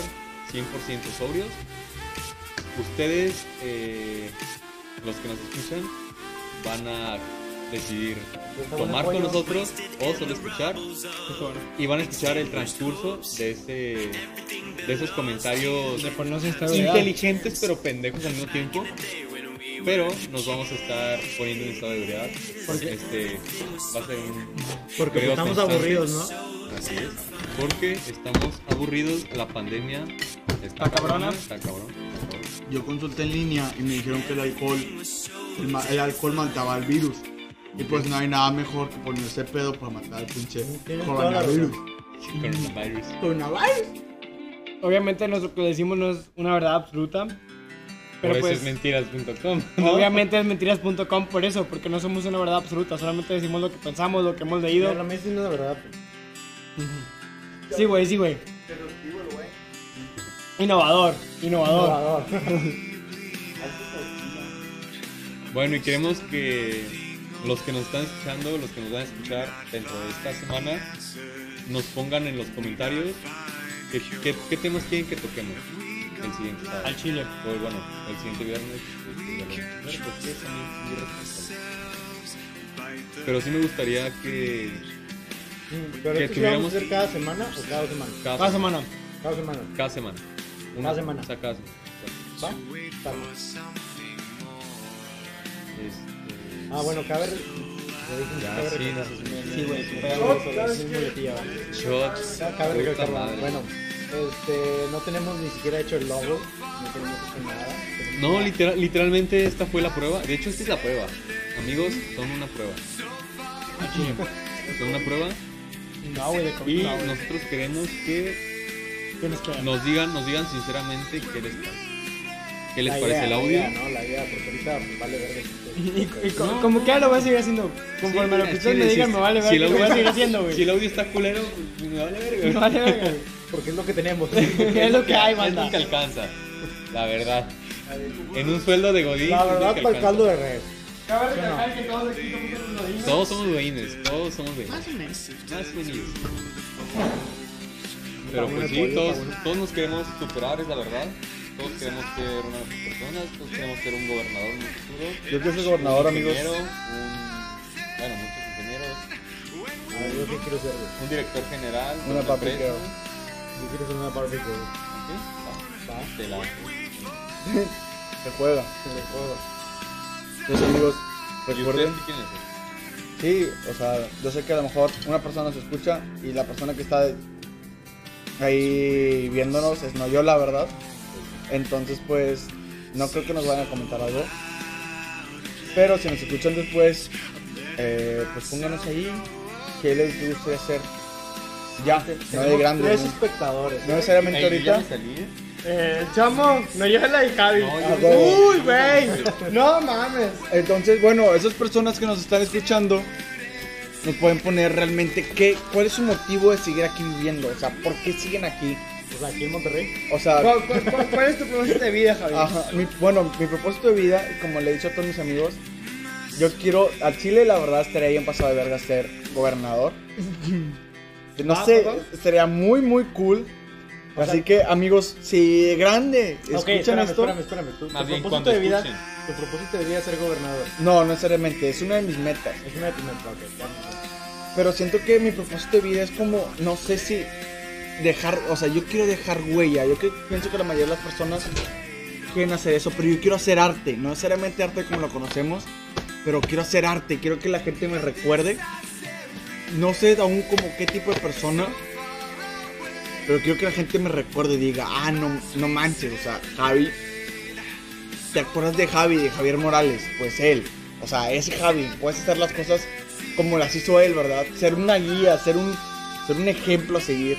S3: 100% sobrios. Ustedes, eh, los que nos escuchan, van a decidir
S1: Deja un
S3: tomar con
S1: apoyo.
S3: nosotros o solo escuchar. Y van a escuchar el transcurso de, ese, de esos comentarios
S2: De ponernos esta Inteligente.
S3: inteligentes pero pendejos al mismo tiempo. Pero nos vamos a estar poniendo en estado de ebriedad.
S2: Porque-
S3: Este va a ser un.
S1: Porque
S3: periodo
S1: estamos
S3: constante.
S1: aburridos, ¿no?
S3: Así es. Porque estamos aburridos. La pandemia está,
S2: Está cabrona.
S3: Está cabrón. está cabrón.
S5: Yo consulté en línea y me dijeron que el alcohol, el, ma- el alcohol mataba el virus. Y pues no hay nada mejor que ponerse pedo para matar al pinche
S1: Tienes toda la razón.
S5: coronavirus.
S3: Coronavirus.
S5: ¿Coronavirus?
S2: Obviamente lo que decimos no es una verdad absoluta.
S3: Por
S2: Pero
S3: eso
S2: pues...
S3: es mentiras.com.
S2: Obviamente es mentiras.com por eso, porque no somos una verdad absoluta, solamente decimos lo que pensamos, lo que hemos
S1: Pero
S2: leído.
S1: la mesa es una verdad.
S2: Sí, güey, sí, güey. Innovador, innovador.
S3: Bueno, y queremos que los que nos están escuchando, los que nos van a escuchar dentro de esta semana, nos pongan en los comentarios qué, qué- qué temas quieren que toquemos el siguiente sábado.
S2: Al chile.
S3: O bueno, el siguiente viernes. este, ya lo- Bueno, pues, eso no es muy responsable. Pero sí me gustaría que
S1: Pero
S3: Que
S1: esto sí lo vamos a
S3: tuviéramos-
S1: hacer cada semana o cada semana.
S3: cada,
S2: Cada semana.
S1: Cada semana.
S3: cada semana.
S1: Cada semana.
S3: o sea, cada semana.
S1: ¿Va? Está.
S3: Este,
S1: Ah, bueno, cabe.
S3: Ya,
S1: cabe
S3: sí,
S1: recalcar.
S3: sí,
S1: Sí, güey, sí, cabe
S2: Shot,
S1: recalcar,
S2: ¿sabes
S1: sí,
S2: qué?
S1: muletilla, va.
S3: Este, shots.
S1: Ya, cabe
S3: puta
S1: recalcar, va.
S3: madre.
S1: Bueno, este, no tenemos ni siquiera hecho el logo, no tenemos hecho nada. tenemos-
S3: No, literal- literalmente esta fue la prueba. De hecho, esta es la prueba. Amigos, son una prueba. Son una prueba.
S2: No, güey, de
S3: Y
S2: comida, güey.
S3: nosotros queremos que
S2: Tienes que.
S3: nos digan, nos digan sinceramente qué les parece. ¿Qué les
S1: La
S3: parece
S1: idea,
S3: el
S1: la
S3: audio?
S1: idea, no, la idea, porque ahorita pues, vale verga.
S2: Y, y co- como que lo voy a seguir haciendo. Conforme
S3: Sí,
S2: a lo que
S3: sí,
S2: ustedes
S3: sí,
S2: me
S3: sí,
S2: digan,
S3: sí.
S2: me vale ver
S3: Si el
S2: lo voy a
S3: audio-
S2: seguir haciendo, güey.
S3: Si el audio está culero, pues, me vale verga.
S2: Me vale verga.
S1: Porque es lo que tenemos.
S2: Es lo que hay,
S3: Es lo
S2: banda.
S3: que alcanza, la verdad. En un sueldo de godín.
S1: La
S3: es lo
S1: verdad,
S3: que
S1: para el
S3: alcanza.
S1: caldo de red.
S2: Cabe recalcar que todos aquí somos unos niños.
S3: Todos somos godines, todos somos godines. Más o menos. Más o menos. Pero pues sí, todos, todos nos queremos superar, es la verdad. Todos queremos ser una persona, todos queremos ser un gobernador en el futuro.
S5: Yo quiero ser gobernador,
S3: un
S5: amigos.
S3: ingeniero, un- bueno, muchos ingenieros,
S1: A ver, yo qué quiero ser, güey.
S3: un director general, de
S5: Una papi
S3: empresa.
S5: girl.
S1: Yo quiero ser una Barbie girl.
S3: ¿Sí?
S1: Va,
S3: Te la-
S5: Se juega.
S1: se le juego.
S5: Entonces, amigos,
S3: ¿Y ustedes
S5: recuerden.
S3: qué quieren ser?
S5: Sí, o sea, yo sé que a lo mejor una persona se escucha y la persona que está ahí viéndonos es no yo, la verdad. Entonces, pues, no creo que nos vayan a comentar algo. Pero si nos escuchan después, eh, pues pónganos ahí qué les gustaría hacer. Ya, no de
S1: Tenemos
S5: grandes.
S1: Tres
S5: No,
S1: espectadores.
S5: No necesariamente
S3: Ey, yo ya
S5: ahorita.
S3: me salí.
S2: Eh, chamo, no lleva la de Javi.
S3: No, yo-
S5: Ah, huevo.
S2: Uy, güey. No mames.
S5: Entonces, bueno, esas personas que nos están escuchando nos pueden poner realmente qué, cuál es su motivo de seguir aquí viviendo, o sea, por qué siguen aquí,
S3: Pues
S1: O sea, aquí en Monterrey.
S5: o sea,
S2: ¿Cuál, cuál- cuál- cuál es tu propósito de vida, Javi?
S5: ajá, mi- bueno, mi propósito de vida, como le he dicho a todos mis amigos, yo quiero, a Chile la verdad estaría bien pasado de verga ser gobernador, no
S2: Ah,
S5: sé,
S2: ¿verdad?
S5: estaría muy muy cool,
S1: O
S5: así
S1: sea-
S5: que amigos, si grande, escuchan
S1: Ok, espérame,
S5: esto,
S1: espérame, espérame. Tu, tu
S3: Más bien,
S1: propósito
S3: cuando
S1: de vida,
S3: escuchen.
S1: tu propósito de vida es ser gobernador.
S5: no, no necesariamente, es una de mis metas.
S1: Es una de tus metas, ok, ya.
S5: Pero siento que mi propósito de vida es como, no sé si dejar, o sea, yo quiero dejar huella. Yo que, pienso que la mayoría de las personas quieren hacer eso, pero yo quiero hacer arte, no necesariamente arte como lo conocemos, pero quiero hacer arte, quiero que la gente me recuerde. No sé aún como qué tipo de persona, pero quiero que la gente me recuerde y diga, ah, no, no manches, o sea, Javi, ¿te acuerdas de Javi, de Javier Morales? Pues él, o sea, ese Javi, puedes hacer las cosas como las hizo él, ¿verdad? Ser una guía, ser un, ser un ejemplo a seguir.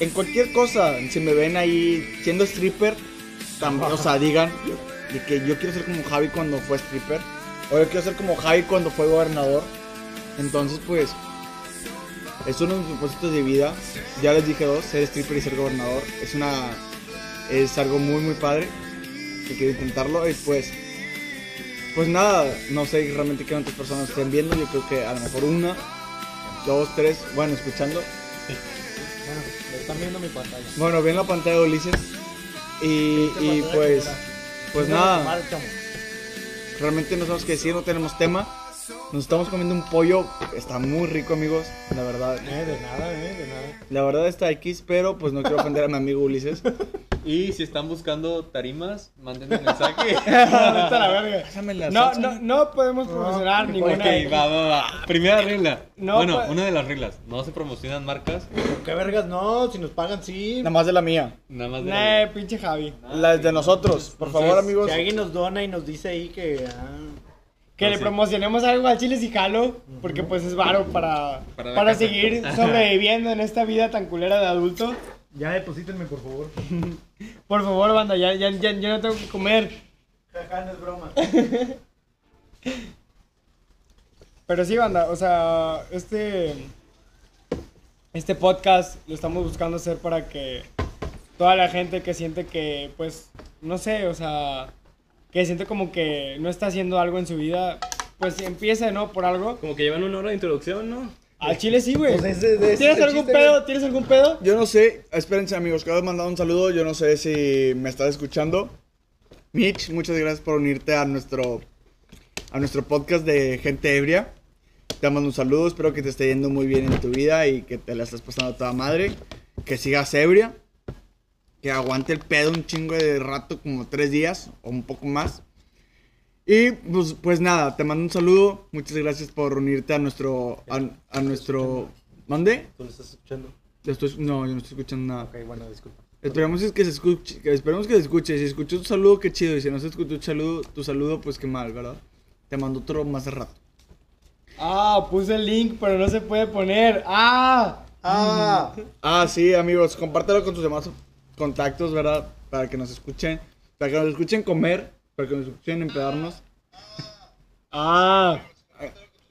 S5: En cualquier cosa, si me ven ahí siendo stripper, también, o sea, digan de que yo quiero ser como Javi cuando fue stripper, o yo quiero ser como Javi cuando fue gobernador. Entonces, pues, es uno de mis propósitos de vida. Ya les dije dos, ser stripper y ser gobernador. Es una, es algo muy, muy padre. Que quiero intentarlo y pues pues nada, no sé realmente qué otras personas estén viendo. Yo creo que a lo mejor una, dos, tres, bueno, escuchando.
S1: Bueno, lo están viendo mi pantalla.
S5: Bueno, ven la pantalla de Ulises. Y, y pues, pues nada, realmente no sabemos qué decir, no tenemos tema. Nos estamos comiendo un pollo, está muy rico, amigos, la verdad.
S1: Eh, de nada, eh, de nada.
S5: La verdad está X, pero pues no quiero ofender a mi amigo Ulises.
S3: Y si están buscando tarimas, mándenme un mensaje.
S2: Está la verga.
S5: Pásame la
S2: No,
S5: salsa.
S2: no, no podemos promocionar ninguna.
S3: Ah, Ok, va, va, va. Primera regla.
S2: No,
S3: bueno,
S2: pues-
S3: una de las reglas. No se promocionan marcas.
S1: ¿Por qué vergas no? Si nos pagan, sí.
S5: Nada más de la mía.
S3: Nada más de
S2: Nah, pinche Javi.
S5: La de nosotros,
S1: Pues
S5: por favor,
S3: Entonces,
S5: amigos.
S1: Si alguien nos dona y nos dice ahí que. ah,
S2: Que
S3: Ah,
S2: le
S3: sí.
S2: promocionemos algo a Chiles y Jalo, porque pues es varo para,
S3: Para
S2: para,
S3: la casa.
S2: seguir sobreviviendo en esta vida tan culera de adulto.
S1: Ya deposítenme, por favor.
S2: Por favor, banda, ya, ya, ya, ya no tengo que comer.
S1: Jaja, no es broma.
S2: Pero sí, banda, o sea, este... Este podcast lo estamos buscando hacer para que toda la gente que siente que, pues, no sé, o sea, que siente como que no está haciendo algo en su vida, pues empiece, ¿no? Por algo.
S4: Como que llevan una hora de introducción, ¿no?
S2: Al chile sí, güey.
S1: Pues ese- ese es
S2: ¿Tienes
S1: el
S2: algún
S1: chiste,
S2: pedo? ¿Tienes algún pedo?
S5: Yo no sé, espérense amigos, quiero mandar un saludo, yo no sé si me estás escuchando. Mitch, muchas gracias por unirte a nuestro, a nuestro podcast de Gente Ebria. Te mando un saludo, espero que te esté yendo muy bien en tu vida y que te la estés pasando a toda madre. Que sigas ebria, que aguante el pedo un chingo de rato, como tres días o un poco más. Y pues, pues nada, te mando un saludo, muchas gracias por unirte a nuestro... A, a nuestro... ¿Mande?
S1: ¿Tú lo estás escuchando?
S5: Lo estoy- no, yo no estoy escuchando nada.
S1: Ok, bueno, disculpa.
S5: Esperemos es que se escuche, que esperemos que se escuche. Si escuchó tu saludo, qué chido. Y si no se escuchó tu saludo, tu saludo, pues qué mal, ¿verdad? Te mando otro más de rato.
S2: Ah, puse el link, pero no se puede poner. Ah,
S1: Ah,
S5: Ah, sí, amigos, compártelo con tus demás contactos, ¿verdad? Para que nos escuchen, para que nos escuchen comer, para que nos escuchen empedarnos.
S2: ah.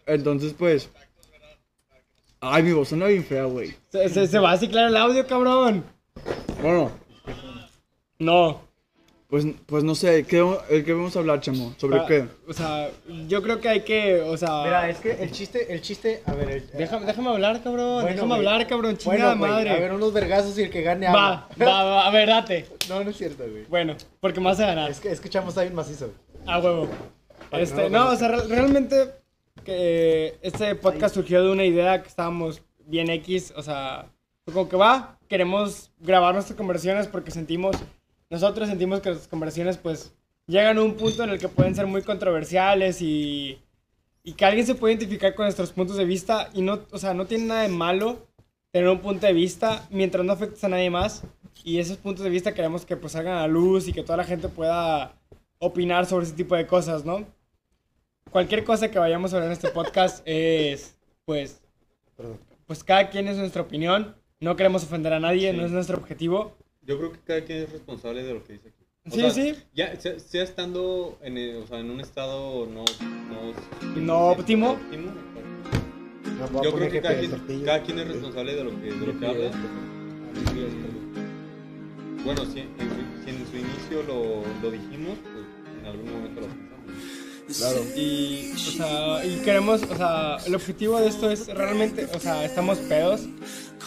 S5: Entonces, pues... Ay, mi voz suena bien fea, güey.
S2: Se, se- se va a ciclar el audio, cabrón.
S5: Bueno,
S2: No.
S5: pues, pues no sé, ¿qué, eh, qué vamos a hablar, chamo? ¿Sobre qué?
S2: Ah, O sea, yo creo que hay que, o sea.
S3: Ah,
S1: mira, es que el chiste, el chiste, a ver, el,
S2: Déjame, déjame hablar, cabrón.
S1: Bueno,
S2: déjame
S1: güey.
S2: hablar, cabrón.
S1: Bueno,
S2: Chingada
S1: güey,
S2: madre.
S1: A ver, unos vergazos y el que gane
S2: va,
S1: habla.
S2: va, va, a ver, date.
S1: No, no es cierto, güey.
S2: Bueno, porque me vas a ganar.
S1: Es que escuchamos a bien macizo.
S2: A Ah, huevo.
S1: Para que
S2: Este,
S1: no lo
S2: no, o sea, re- realmente que, este podcast surgió de una idea que estábamos bien X, o sea, fue como que va, queremos grabar nuestras conversaciones porque sentimos, nosotros sentimos que las conversaciones pues llegan a un punto en el que pueden ser muy controversiales y, y que alguien se puede identificar con nuestros puntos de vista y no, o sea, no tiene nada de malo tener un punto de vista mientras no afectes a nadie más y esos puntos de vista queremos que pues salgan a la luz y que toda la gente pueda opinar sobre ese tipo de cosas, ¿no? Cualquier cosa que vayamos a hablar en este podcast es, pues,
S1: Perdón.
S2: pues cada quien es nuestra opinión. No queremos ofender a nadie, no es nuestro objetivo.
S3: Yo creo que cada quien es responsable de lo que dice aquí.
S2: Sí, sí.
S3: Ya, sea, sea estando en, eh, o sea, en un estado no, no,
S2: No óptimo.
S3: óptimo, exacto.
S1: No, voy a
S3: Yo creo
S1: poner
S3: que
S1: jefe
S3: cada
S1: de
S3: quien,
S1: tortilla.
S3: cada quien es responsable de lo que, de lo que habla. Y, Bueno, si en, si en su inicio lo, lo dijimos, pues en algún momento lo pensamos.
S5: Claro.
S2: Y, o sea, y queremos, o sea, el objetivo de esto es realmente, o sea, estamos pedos.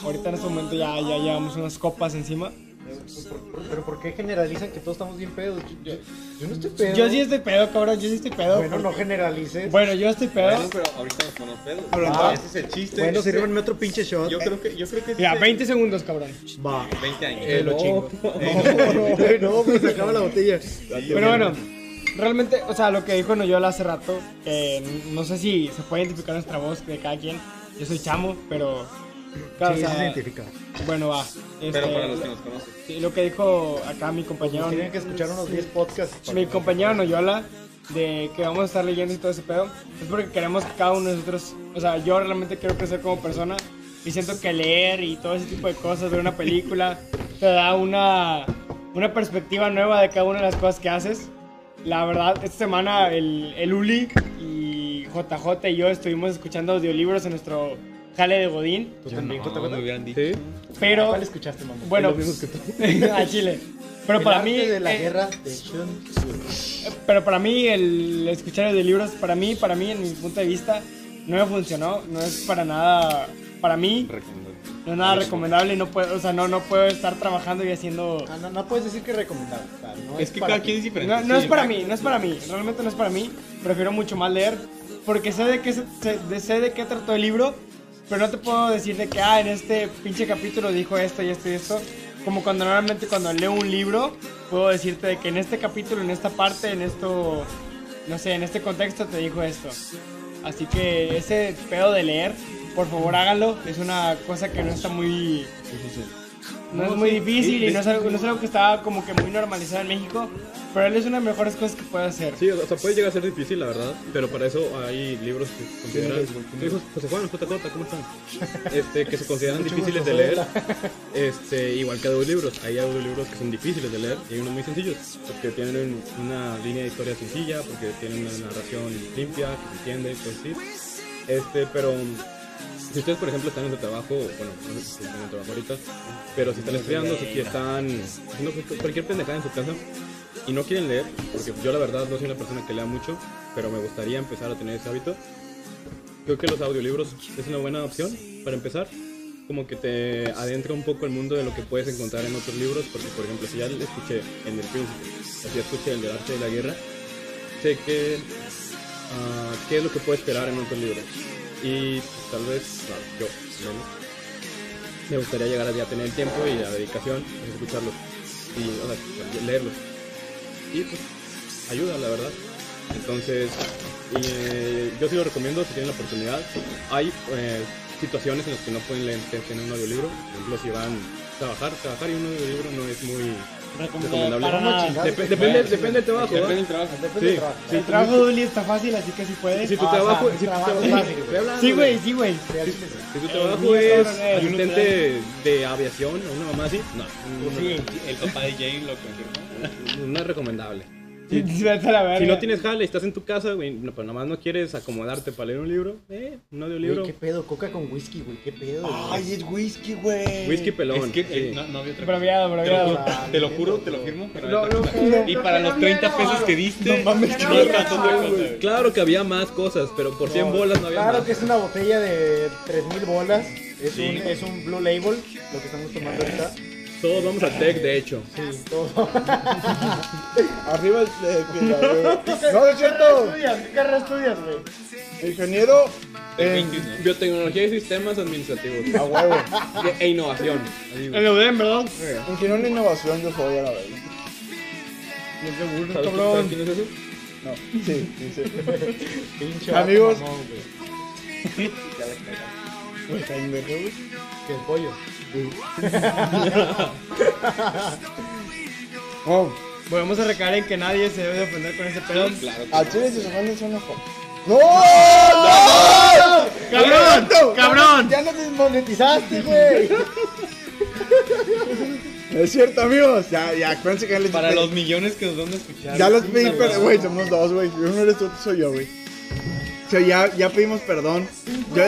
S2: Ahorita en este momento ya, ya llevamos unas copas encima.
S1: Pero- Pero ¿por qué generalizan que todos estamos bien pedos? Yo, yo- yo no estoy pedo.
S2: Yo sí estoy pedo, cabrón, yo sí estoy pedo.
S1: Bueno, no generalices.
S2: Bueno, yo estoy pedo.
S3: Bueno, pero ahorita nos ponemos pedos.
S5: Hablando-
S3: Ah, ese es el chiste.
S1: Bueno,
S3: ese-
S1: sírvanme otro pinche shot.
S3: Yo creo que, yo creo que
S2: Mira,
S3: ese-
S2: 20 segundos, cabrón.
S3: 20 años.
S1: Eh, lo
S3: No.
S1: chingo. No, no, pues se acaba la botella.
S2: Pero bueno, realmente, o sea, lo que dijo Noyola hace rato, que no sé si se puede identificar nuestra voz de cada quien. Yo soy chamo, pero. Claro,
S1: Sí,
S2: o
S1: sí
S2: sea,
S1: se identifica.
S2: Bueno, va.
S3: Pero
S2: Este,
S3: para los que nos conocen.
S2: sí, lo que dijo acá mi compañero.
S1: Tienen que escuchar unos 10 podcasts. para-
S2: mi compañero Noyola, de que vamos a estar leyendo y todo ese pedo, es porque queremos que cada uno de nosotros, o sea, yo realmente quiero crecer como persona y siento que leer y todo ese tipo de cosas, ver una película, te da una, una perspectiva nueva de cada una de las cosas que haces. La verdad, esta semana el, el Uli y JJ y yo estuvimos escuchando audiolibros en nuestro jale de Godín,
S1: Tú también,
S3: No, me
S1: JJ.
S3: hubieran dicho.
S4: Sí.
S1: Ah,
S2: pero
S1: ¿Cuál escuchaste, mamá?
S2: bueno,
S4: mismos
S2: a Chile. Pero
S1: El
S2: para
S1: arte
S2: mí
S1: de la
S2: eh,
S1: guerra de Chun
S2: Pero para mí, el escuchar de libros, para mí, para mí, en mi punto de vista, no me funcionó. No es para nada, para mí,
S3: Recomendable.
S2: no es nada recomendable. No puedo, o sea, no, no puedo estar trabajando y haciendo...
S1: Ah, no, no puedes decir que recomendable. o sea, no
S3: Es que
S1: para
S3: cada
S1: ti.
S3: quien es diferente.
S2: No, no es
S3: sí. ah,
S2: para mí, no es para mí. Realmente no es para mí. Prefiero mucho más leer, porque sé de qué, se- se- de- sé de qué trató el libro, pero no te puedo decir de que, ah, en este pinche capítulo dijo esto y esto y esto. Como cuando normalmente cuando leo un libro, puedo decirte de que en este capítulo, en esta parte, en esto, no sé, en este contexto te dijo esto. Así que ese pedo de leer, por favor háganlo. Es una cosa que no está muy... No es muy difícil y no es, algo, no es algo que está como que muy normalizado en México, pero él es una de las mejores cosas que puede hacer.
S4: Sí, o sea, puede llegar a ser difícil, la verdad, pero para eso hay libros que se consideran... Sí, José- José Juan, JJ, ¿cómo están? Este, que se consideran difíciles de leer, este, igual que audiolibros. Hay audiolibros que son difíciles de leer y hay unos muy sencillos, porque tienen una línea de historia sencilla, porque tienen una narración limpia, que se entiende, pues sí. Este, pero si ustedes, por ejemplo, están en su trabajo, o, bueno, no sé si están en el trabajo ahorita, pero si están estudiando, si están haciendo cualquier pendejada en su casa y no quieren leer, porque yo la verdad no soy una persona que lea mucho, pero me gustaría empezar a tener ese hábito, creo que los audiolibros es una buena opción para empezar. Como que te adentra un poco el mundo de lo que puedes encontrar en otros libros, porque por ejemplo, si ya le escuché en El Príncipe, o si ya escuché El del Arte de la Guerra, sé que ah, qué es lo que puedo esperar en otros libros. Y pues, tal vez, bueno, yo, al menos, me gustaría llegar a ya tener el tiempo y la dedicación a escucharlos y o sea, leerlos. Y pues, ayuda, la verdad. Entonces, y, eh, yo sí lo recomiendo si tienen la oportunidad. Hay eh, situaciones en las que no pueden leer que tienen un audiolibro. Por ejemplo, si van a trabajar, trabajar y un audiolibro no es muy recomendable.
S2: para nada.
S4: Dep- depende, depende del trabajo. ¿verdad?
S3: Depende del trabajo.
S4: Sí,
S1: Depende del trabajo.
S4: sí.
S2: El trabajo de Uli está fácil, así que si puedes.
S4: Si tu
S1: Ah,
S4: trabajo,
S1: está,
S4: si tu
S1: trabajo
S4: traba-
S1: fácil, güey.
S4: Estoy hablando,
S2: Sí, güey,
S4: güey.
S2: sí, güey.
S1: Sí, sí,
S4: Si tu
S2: El
S4: trabajo
S2: mío
S4: es
S2: está grande.
S4: asistente de aviación o una mamá así, no, no,
S2: Sí,
S3: El papá de Jane lo confirmó.
S4: no, no es recomendable.
S2: sí, sí, vete a la verga.
S4: Si no tienes jale y estás en tu casa, güey, no, pero nomás no quieres acomodarte para leer un libro, eh, no de un libro.
S1: Güey, ¿Qué pedo? Coca con whisky, güey. ¿Qué pedo? güey?
S5: Ay, es whisky, güey.
S4: Whisky pelón.
S3: Es que
S4: sí.
S3: eh, no, no había otra
S2: Bromeado,
S3: Te lo
S2: bromeado.
S3: juro, te lo juro, te lo firmo. pero
S2: No, no,
S3: no,
S2: no,
S3: y
S2: no,
S3: para
S2: no,
S3: los
S2: no,
S3: 30
S2: no,
S3: pesos
S2: no,
S3: que diste,
S1: no mames,
S3: no
S1: que
S3: alcanzó
S1: no,
S3: otra
S1: no,
S3: cosa, güey.
S4: Claro que había más cosas, pero por 100 bolas no había
S1: Claro
S4: más.
S1: que es una botella de 3000 bolas. Es,
S3: Sí.
S1: un, es un Blue Label, lo que estamos tomando ahorita.
S4: Todos vamos a tech, de hecho.
S1: Sí, todo.
S5: Arriba el. eh, mira, güey.
S2: ¿Qué
S5: no, es
S2: carrera
S5: cierto.
S2: estudias? ¿Qué carrera estudias, güey?
S5: Ingeniero. eh,
S4: Biotecnología y sistemas administrativos
S5: a huevo.
S4: e innovación. Ahí,
S3: Eh,
S4: güey.
S2: En la UDEM, ¿verdad?
S5: Ingeniero en innovación, yo soy a la vez.
S4: ¿Sabes quién- sabes quién es eso?
S5: No, sí, sí, sí.
S1: Pinche
S5: Amigos.
S1: vato mamón, güey.
S5: Güey, pendejo, güey.
S1: Que el pollo.
S5: Oh,
S2: Volvemos a recaer en que nadie se debe de ofender con ese pedo.
S5: al chile se ofenden son los jóvenes. ¡No! ¡No!
S2: ¡Cabrón!
S5: ¡No!
S2: ¡Cabrón!
S5: ¡Ya nos desmonetizaste, güey! Es cierto, amigos. Ya, ya, acuérdense que ya les
S3: Para los millones que nos van a escuchar.
S5: Ya los pedí, pero, güey, somos dos, güey. Uno eres tú, otro soy yo, güey. O sea, ya, ya pedimos perdón. Yo,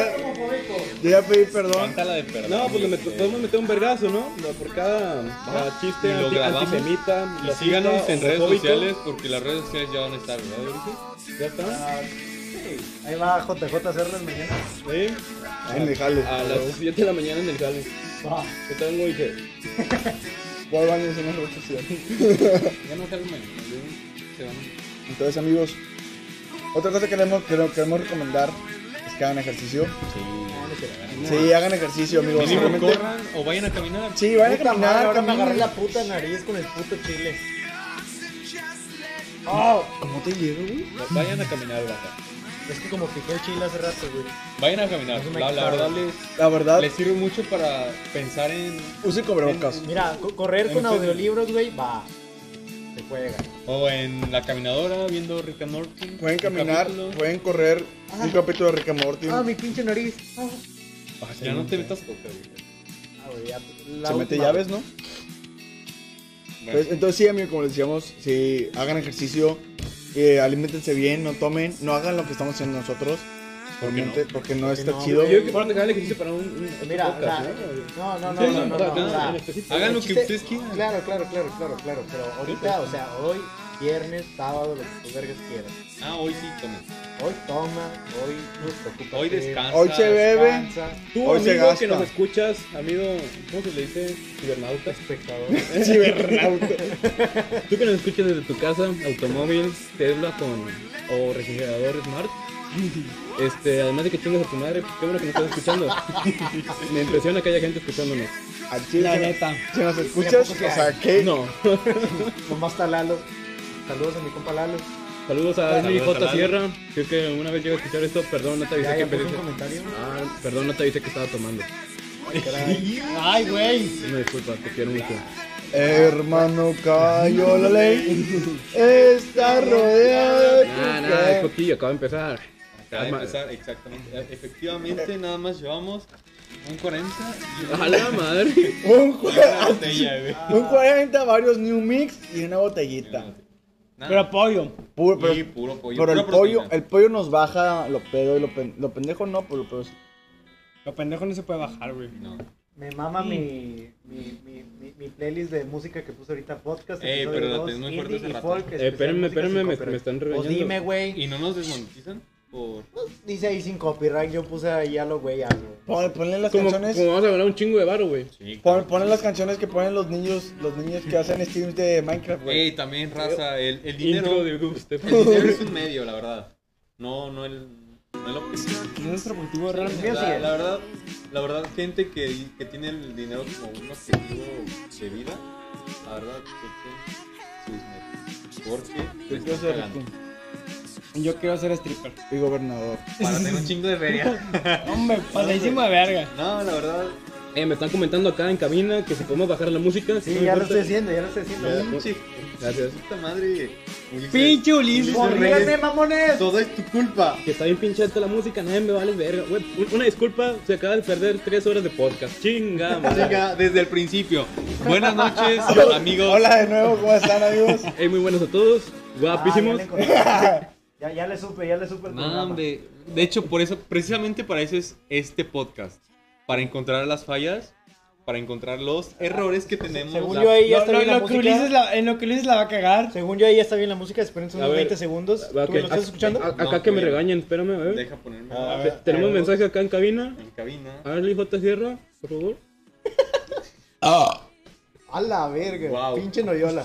S5: yo ya pedí perdón.
S3: Cántala de perdón.
S4: No, pues le met-
S3: güey.
S4: podemos meter un vergazo, ¿no? No, Por cada cada
S3: Ah, Y
S4: chiste
S3: lo
S4: anti-
S3: grabamos.
S4: antisemita.
S3: Y
S4: racista,
S3: síganos en redes
S4: homofóbico.
S3: sociales Ah. porque las redes sociales ya van a estar, ¿verdad, Mauricio?
S4: Ya está.
S1: Ahí va JJ Cerdas mañana.
S4: ¿Sí?
S5: En el jale.
S4: A las 7 de la mañana en el jale.
S3: Ah.
S4: Yo tengo dije,
S5: Voy al baño, se me roto, sí.
S3: Ya no salgo mañana, ¿no? Se van.
S5: Entonces, amigos, otra cosa que queremos, que lo queremos recomendar es que hagan ejercicio. Sí, hagan ejercicio, amigos.
S3: Mínimo
S5: Realmente-
S3: corran o vayan a caminar.
S5: Sí, vayan a
S1: Puta madre,
S5: caminar,
S1: ahora me agarré
S5: caminen.
S1: la puta nariz con el puto chile.
S5: ¿Cómo te llevo, güey?
S3: Vayan a caminar, banda.
S1: Es que como picó el chile hace rato, güey.
S3: Vayan a caminar.
S1: Eso me
S3: La, la
S1: quitaba.
S3: verdad les,
S5: La verdad,
S3: les sirve mucho para pensar en.
S5: usen cobrebocas.
S1: Mira, co- correr con audiolibros, güey, va. Se juega.
S3: O en la caminadora viendo Rick and Morty.
S5: Pueden
S3: un
S5: caminar,
S3: capítulo.
S5: pueden correr. Un capítulo de Rick and Morty.
S1: Ah, mi pinche nariz. Ah,
S3: Ya no te metas coca, güey.
S1: güey, ya. La
S5: Se mete
S1: última,
S5: llaves, ¿no? Pues, entonces sí, amigo, como les decíamos, sí, hagan ejercicio, eh, alimentense bien, no tomen, no hagan lo que estamos haciendo nosotros, realmente, porque no está
S1: no,
S5: chido.
S4: Yo creo que para dejar el ejercicio para un.
S1: güey.
S4: un-
S1: Mira,
S4: un
S1: la-
S4: podcast,
S1: no,
S4: ¿no?
S1: no, no,
S4: Sí,
S1: no, no, no,
S4: o sea,
S1: no,
S4: nada,
S1: o sea,
S4: en específico.
S3: Hagan lo
S1: el
S3: que
S1: chiste-
S3: ustedes quieran. pues,
S1: Claro, claro, claro, claro, claro, claro. Pero ahorita, o sea, hoy, viernes, sábado, lo que tus vergas quieras.
S3: Ah, hoy sí, tomen.
S1: Hoy toma, hoy nos preocupa.
S3: Hoy descansa.
S5: eh, Hoy se bebe,
S1: Descansa,
S4: Tú,
S5: Hoy se
S4: amigo que
S5: gasta.
S4: nos escuchas, amigo, ¿cómo se le dice? Cibernauta.
S1: espectador.
S5: cibernauta.
S4: Tú que nos escuchas desde tu casa, automóvil, Tesla con o refrigerador Smart. Este, además de que chingas a tu madre, qué bueno que nos estás escuchando. Me impresiona que haya gente escuchándonos.
S5: Al chile,
S4: La
S5: si-
S4: neta.
S5: Si nos
S1: ¿Y a
S5: escuchas,
S1: poco
S5: o
S1: que
S5: sea, ¿qué?
S4: No.
S1: Nomás está Lalo. Saludos a mi compa Lalo.
S4: Saludos a Leslie
S3: Saludos a Lalo.
S4: J. Sierra. Si es que alguna vez llega a escuchar esto, perdón, no te avisé
S1: Ya,
S4: que
S1: ya puse un
S4: pediste.
S1: comentario.
S4: Ah, perdón, no te avisé que estaba tomando.
S2: Ay, güey.
S4: Una disculpa, te quiero mucho.
S5: Hermano, cayó la ley, está rodeado de...
S4: Nah, nah, es poquillo, acaba de empezar. Ah,
S3: Acaba de
S4: Alma-
S3: empezar, exactamente. E- Efectivamente, nada más llevamos un 40 y
S4: A la madre.
S5: un,
S3: una
S5: cua-
S3: botella, güey.
S5: un 40, varios New Mix y una botellita.
S3: Nada.
S2: Pero pollo.
S5: Puro- pero
S3: Y puro pollo.
S5: pero
S3: pura
S5: el pollo,
S3: proteína.
S5: el pollo nos baja lo pedo y lo, pen- lo pendejo no, pero lo pedo sí.
S2: Lo pendejo no se puede bajar, güey.
S3: No.
S1: Me mama mi, mi, mi, mi, mi playlist de música que puse ahorita podcast.
S3: Ey,
S1: episodio
S3: pero la
S1: dos,
S3: tenés muy
S1: indie
S3: fuerte hace
S1: y
S3: rato.
S1: folk,
S3: Eh,
S1: especial
S4: espérenme,
S1: música sin
S4: espérenme, me-
S1: copyright.
S4: me están
S1: Pues
S4: regañando.
S1: dime, güey.
S3: ¿Y no nos desmonetizan? Por...
S1: Pues, Dice ahí sin copyright, yo puse ahí a lo güey algo.
S5: Pon- Ponle las
S4: Como,
S5: canciones.
S4: como vamos a ganar un chingo de varo, güey.
S3: Sí,
S5: Pon, ponle las canciones que ponen los niños, los niños que hacen streams de Minecraft, güey.
S3: Ey, también raza, el, el dinero.
S4: Intro de Guste.
S3: El dinero es un medio, la verdad. No, no el, no el objetivo.
S2: Nuestro objetivo es
S1: Sí,
S2: realmente.
S1: así
S3: La,
S1: es.
S3: la verdad, la verdad, gente que, que tiene el dinero como un objetivo de vida, la verdad, chequen sus metas. Porque te
S5: Yo quiero
S3: estás
S5: ser
S3: cagando.
S5: rico
S2: Yo quiero ser stripper.
S5: y gobernador.
S3: Para tener un chingo de feria.
S2: Hombre, pasadísimo de verga.
S3: No, la verdad,
S4: Eh, me están comentando acá en cabina que si podemos bajar la música. si
S1: Sí,
S4: no me
S1: ya lo
S4: importa.
S1: estoy haciendo, ya lo estoy haciendo.
S4: Ya. pues.
S3: pinche
S4: Gracias.
S3: puta madre. Ulises.
S2: Pinche Ulises.
S3: Ulises
S1: ¡Corríganme,
S3: Reyes,
S1: mamones! Ah,
S3: Todo es tu culpa.
S4: Que está bien pinche alta la música, nadie me vale verga. Güey, un- una disculpa, se acaba de perder tres horas de podcast. Chinga, madre.
S3: Venga, desde el principio. Buenas noches, amigos.
S5: Hola de nuevo, ¿cómo están, amigos?
S4: Ey, muy buenos a todos.
S1: Ah, ya,
S4: Guapísimos.
S1: le encontré. ya, ya le supe, ya le supe el
S3: No,
S1: programa.
S3: hombre. De hecho, por eso, precisamente para eso es este podcast. Para encontrar las fallas, para encontrar los errores que tenemos.
S1: Según
S3: La-
S1: yo ahí ya
S2: No,
S1: está
S2: no,
S1: bien la
S2: lo que Ulises
S1: música.
S2: la- en lo que Ulises la va a cagar.
S1: Según yo ahí ya está bien la música, espérense
S4: A
S1: unos
S4: ver.
S1: 20 segundos. ¿Tú
S4: Ok,
S1: me lo estás
S4: ac-
S1: escuchando?
S4: a-
S3: No,
S4: Acá que me
S3: bien.
S4: regañen, espérame, a ver.
S3: Deja ponerme
S1: Ah,
S4: Te- Tenemos
S1: Tenemos-
S4: mensaje acá en cabina.
S3: en cabina.
S4: Arlie J. Sierra, por favor.
S1: A la verga,
S3: Wow.
S1: pinche noyola.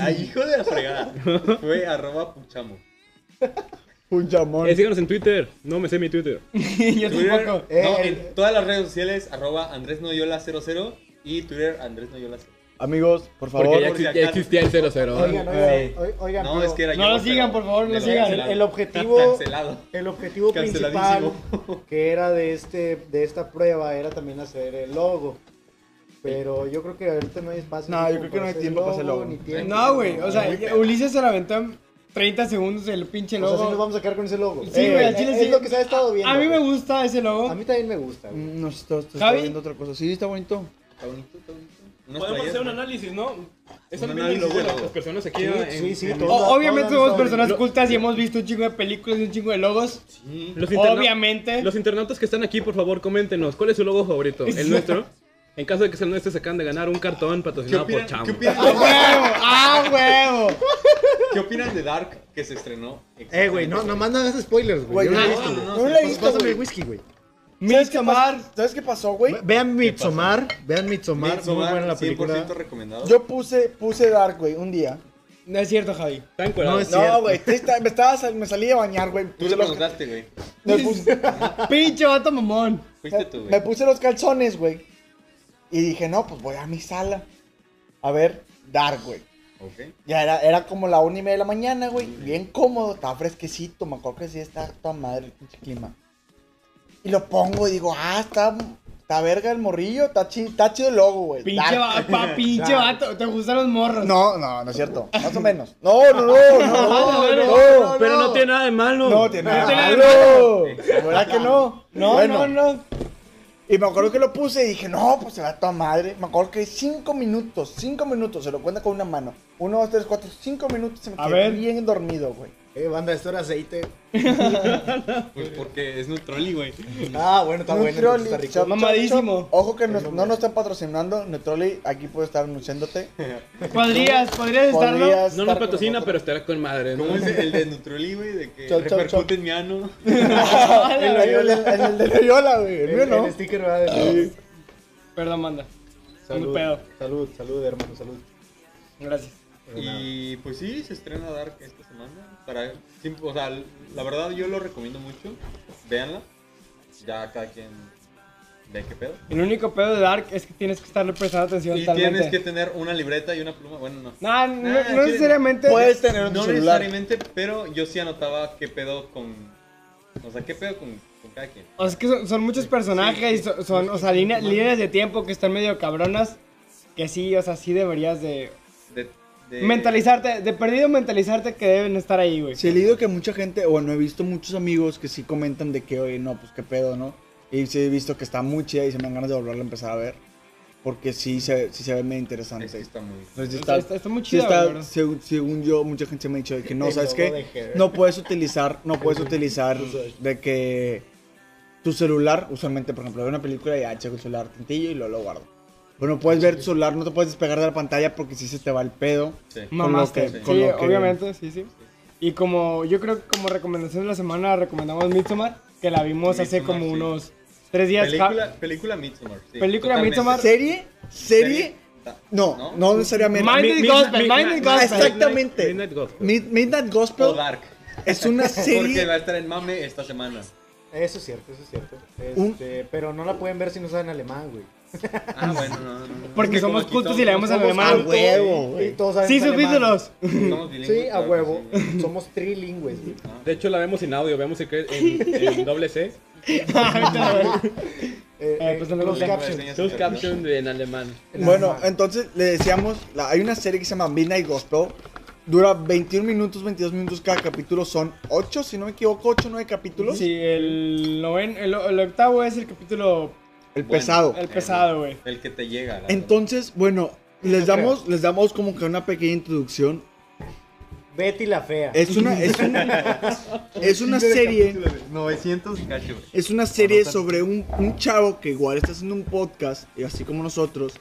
S3: Ay, hijo de la fregada. Fue arroba puchamo.
S5: Un chamón.
S4: Eh, síganos en Twitter. No me sé mi Twitter.
S2: Yo
S3: Twitter,
S2: tampoco.
S1: Eh,
S3: no,
S1: el-
S3: en todas las redes sociales, arroba Andrés Noyola 00 y Twitter Andrés Noyola 00.
S5: Amigos, por favor.
S4: Porque ya,
S3: por si
S4: exi- ya
S3: acaso.
S4: existía el 00.
S1: Oigan,
S5: Eh.
S1: oigan, o- oigan.
S3: No,
S1: pero
S3: es que era
S2: No
S3: yo.
S2: lo sigan,
S3: pero-
S2: por favor, no
S3: de
S2: lo
S3: la-
S2: sigan.
S1: el,
S3: cancelado.
S1: el objetivo,
S3: Cancelado.
S1: el objetivo principal
S3: Canceladísimo.
S1: que era de este de esta prueba era también hacer el logo. Pero yo creo que ahorita no hay espacio.
S5: No,
S1: ni
S5: yo
S1: como
S5: creo que no hay
S1: hacer
S5: tiempo para hacer logo.
S1: ni tiempo.
S2: No, güey. O sea,
S1: O
S2: ya- Ulises se la aventó en 30 segundos el
S1: sea,
S2: pinche
S1: sí Pues nos
S2: logo.
S1: vamos a quedar con ese logo.
S2: Sí, güey, al
S1: Eh,
S2: chile
S1: es
S2: sí.
S1: lo que se ha estado viendo.
S2: A mí me
S1: güey.
S2: gusta ese
S1: A
S2: logo.
S1: mí también me gusta. güey.
S5: Mm, No sé, está, está- está
S2: Javi.
S5: viendo otra cosa. Sí, está bonito.
S3: Está bonito, está bonito. Unas
S4: Podemos
S3: playeras,
S4: hacer un
S3: ¿no?
S4: análisis, ¿no? Están
S3: Un
S4: viendo
S3: análisis
S4: el logo de
S3: de
S4: las
S3: logo.
S4: personas aquí.
S1: Sí,
S4: en-
S1: sí, sí,
S4: en-
S1: todo.
S2: O- obviamente
S1: Todas-
S2: somos
S1: todas-
S2: personas
S4: lo-
S2: cultas y hemos visto un chingo de películas y un chingo de logos.
S3: Sí.
S4: Los interna-
S2: Obviamente.
S4: Los internautas que están aquí, por favor, coméntenos. ¿Cuál es su logo favorito? ¿El nuestro? En caso de que sea el nuestro, se acaban de ganar un cartón
S3: ¿Qué
S4: patrocinado por
S3: opinan,
S4: Chamo.
S3: ¿qué,
S2: ¡A
S3: opinan,
S2: huevo! ¡A huevo!
S3: ¿Qué opinan de Dark que se estrenó?
S1: Eh, güey, no, nomás no hagas spoilers, güey.
S5: Güey,
S1: Yo no la he
S5: no,
S1: visto, güey.
S3: no,
S5: no la he visto,
S1: Pásame
S5: güey.
S1: el whisky, güey.
S5: ¿Sabes qué,
S2: Midsommar.
S5: pasó? ¿Sabes qué pasó, güey?
S1: Vean Midsommar, vean Midsommar, muy
S3: Midsommar,
S1: buena la
S3: 100%
S1: película.
S3: recomendado.
S5: Yo puse, puse Dark, güey, un día.
S2: No es cierto, Javi.
S4: Están encuerados.
S1: No es- cierto.
S5: No, güey, te está- me, estaba sal- me salí a bañar, güey.
S3: Tú
S5: Puse
S3: le
S5: los-
S3: preguntaste, güey.
S5: me, puse,
S2: Pinche vato mamón.
S3: Fuiste tú,
S5: me
S3: güey.
S5: puse los calzones, güey. Y dije, no, pues voy a mi sala. A ver, Dark, güey.
S3: Ok.
S5: Ya era, era como la una y media de la mañana, güey. Bien cómodo, estaba fresquecito. Me acuerdo que sí estaba toda madre el pinche clima. Y lo pongo y digo, ah, está, está verga el morrillo. Está chido, está chido el logo, güey.
S2: Pinche,
S5: Dark.
S2: va- pa- pinche vato. Te gustan los morros.
S5: No, no, no es cierto. Más o menos. No, no, no, no, no, no.
S4: Pero no tiene nada de malo.
S5: No, tiene
S2: No tiene
S5: nada de malo. ¿Verdad que no?
S2: No,
S5: Bueno,
S2: no, no.
S5: Y me acuerdo que lo puse y dije, no, pues se va a toda madre. Me acuerdo que cinco minutos, cinco minutos, se lo cuenta con una mano. Uno, dos, tres, cuatro, cinco minutos se me
S2: A
S5: quedé
S2: ver.
S5: bien dormido, güey.
S1: Eh, banda, esto era aceite.
S3: Pues porque es Neutroli, güey.
S1: Ah, bueno, está bueno.
S5: Nutroli,
S1: está rico.
S5: chop, chop,
S2: Mamadísimo.
S5: chop. Ojo que
S1: Es
S5: nos-
S1: lo
S5: no
S1: mejor.
S5: nos están patrocinando. Neutroli, aquí puedo estar anunciándote.
S2: Podrías, podrías estarlo.
S5: Podrías
S4: No
S5: estar
S4: nos
S5: con
S4: patrocina, pero
S5: nosotros.
S4: estará con madre. ¿no?
S3: ¿Cómo es el de Neutroli, güey? De que
S5: Chop, chop, chop.
S3: repercute en mi ano.
S2: A la
S5: El de
S2: verga.
S5: Loyola, el de Loyola, güey. Ah, El
S1: El,
S5: mío no.
S1: el sticker va de
S2: Perdón, manda.
S1: Salud,
S2: pedo.
S1: salud, salud, hermano, salud.
S2: Gracias.
S3: Y pues sí, se estrena Dark esta semana. Para, sí, o sea, la verdad yo lo recomiendo mucho. Véanla. Ya cada quien ve qué pedo.
S2: El único pedo de Dark es que tienes que estarle prestando atención
S3: Y
S2: totalmente.
S3: tienes que tener una libreta y una pluma. Bueno, no.
S2: No, no,
S3: Ah,
S2: no
S3: sí,
S2: necesariamente.
S5: Puedes tener un
S3: No
S5: celular.
S3: necesariamente, pero yo sí anotaba qué pedo con. O sea, qué pedo con, con cada quien.
S2: O sea, es que son, son muchos personajes y son, son, o sea, líneas, líneas de tiempo que están medio cabronas. Que sí, o sea, sí deberías de
S3: De, de-
S2: mentalizarte, de perdido mentalizarte que deben estar ahí, güey.
S5: Sí, he leído que mucha gente, o no he visto muchos amigos que sí comentan de que, oye, no, pues qué pedo, ¿no? Y sí he visto que está muy chida y se me dan ganas de volverla a empezar a ver. Porque sí se, sí se ve medio interesante.
S3: Es que está muy.
S5: Entonces, sí
S2: Está,
S5: está,
S2: está, está muy
S5: sí
S2: chida, güey, la
S5: está
S2: verdad.
S5: según, según yo, mucha gente se me ha dicho de que no,
S1: El
S5: ¿sabes
S1: logo
S5: qué?
S1: de Heather.
S5: No puedes utilizar, no puedes utilizar de que tu celular, usualmente, por ejemplo, veo una película y ah, checo el celular tantillo y luego lo guardo. Bueno, puedes ver tu celular, no te puedes despegar de la pantalla porque si se te va el pedo. Con lo que-
S2: Sí,
S5: con lo que-
S2: obviamente, sí, sí. Y como yo creo que como recomendación de la semana recomendamos Midsommar, que la vimos hace
S3: Midsommar,
S2: como
S3: sí.
S2: unos tres días.
S3: Película, película Midsommar. sí,
S2: Película
S3: totalmente.
S2: Midsommar.
S5: ¿Serie? ¿Serie? No, no,
S3: ¿No?
S5: necesariamente.
S2: Mind
S5: Mi-
S2: the
S5: mi-
S2: Gospel,
S5: mi-
S2: Mind the
S5: ah,
S2: Gospel.
S5: Exactamente.
S4: Midnight Gospel.
S5: Mid- Midnight Gospel
S3: O Dark.
S5: es una
S3: Porque va
S5: serie.
S3: a estar en mame esta semana.
S1: Eso es cierto, eso es cierto.
S5: Un-
S1: Este, Pero no la pueden ver si no saben alemán, güey.
S3: Ah, bueno, no, no, no.
S2: Porque
S3: Es que
S2: somos
S3: como aquí
S2: cultos
S3: todos
S2: y le damos al
S1: somos
S2: alemán.
S5: a huevo, güey.
S1: Y todos saben
S2: Ah, Sí,
S1: alemán.
S2: subtítulos.
S3: somos bilingües,
S1: Sí, a
S3: claro que
S1: huevo.
S3: sí.
S1: Somos trilingües, güey.
S4: De hecho, la vemos sin audio, vemos en, en- en doble C.
S2: Ah,
S1: Eh,
S2: Eh,
S1: eh,
S2: pues, no me
S1: closed
S2: gusta.
S1: captions.
S3: Lenguas de
S4: Sus
S3: señas.
S4: captions en alemán.
S5: Bueno, entonces le decíamos, la- hay una serie que se llama Midnight Gospel. Dura 21 minutos, 22 minutos cada capítulo. Son 8, si no me equivoco, 8 o 9 capítulos.
S2: Sí, el, noven, el, el octavo es el capítulo,
S5: El
S3: Bueno.
S5: pesado.
S2: el pesado, güey.
S3: El que te llega. la
S5: Entonces, bueno, les damos, les damos como que una pequeña introducción.
S1: Betty la fea.
S5: Es una, es una, es una serie.
S3: 900 y cacho.
S5: Es una serie sobre un, un chavo que igual está haciendo un podcast, y así como nosotros,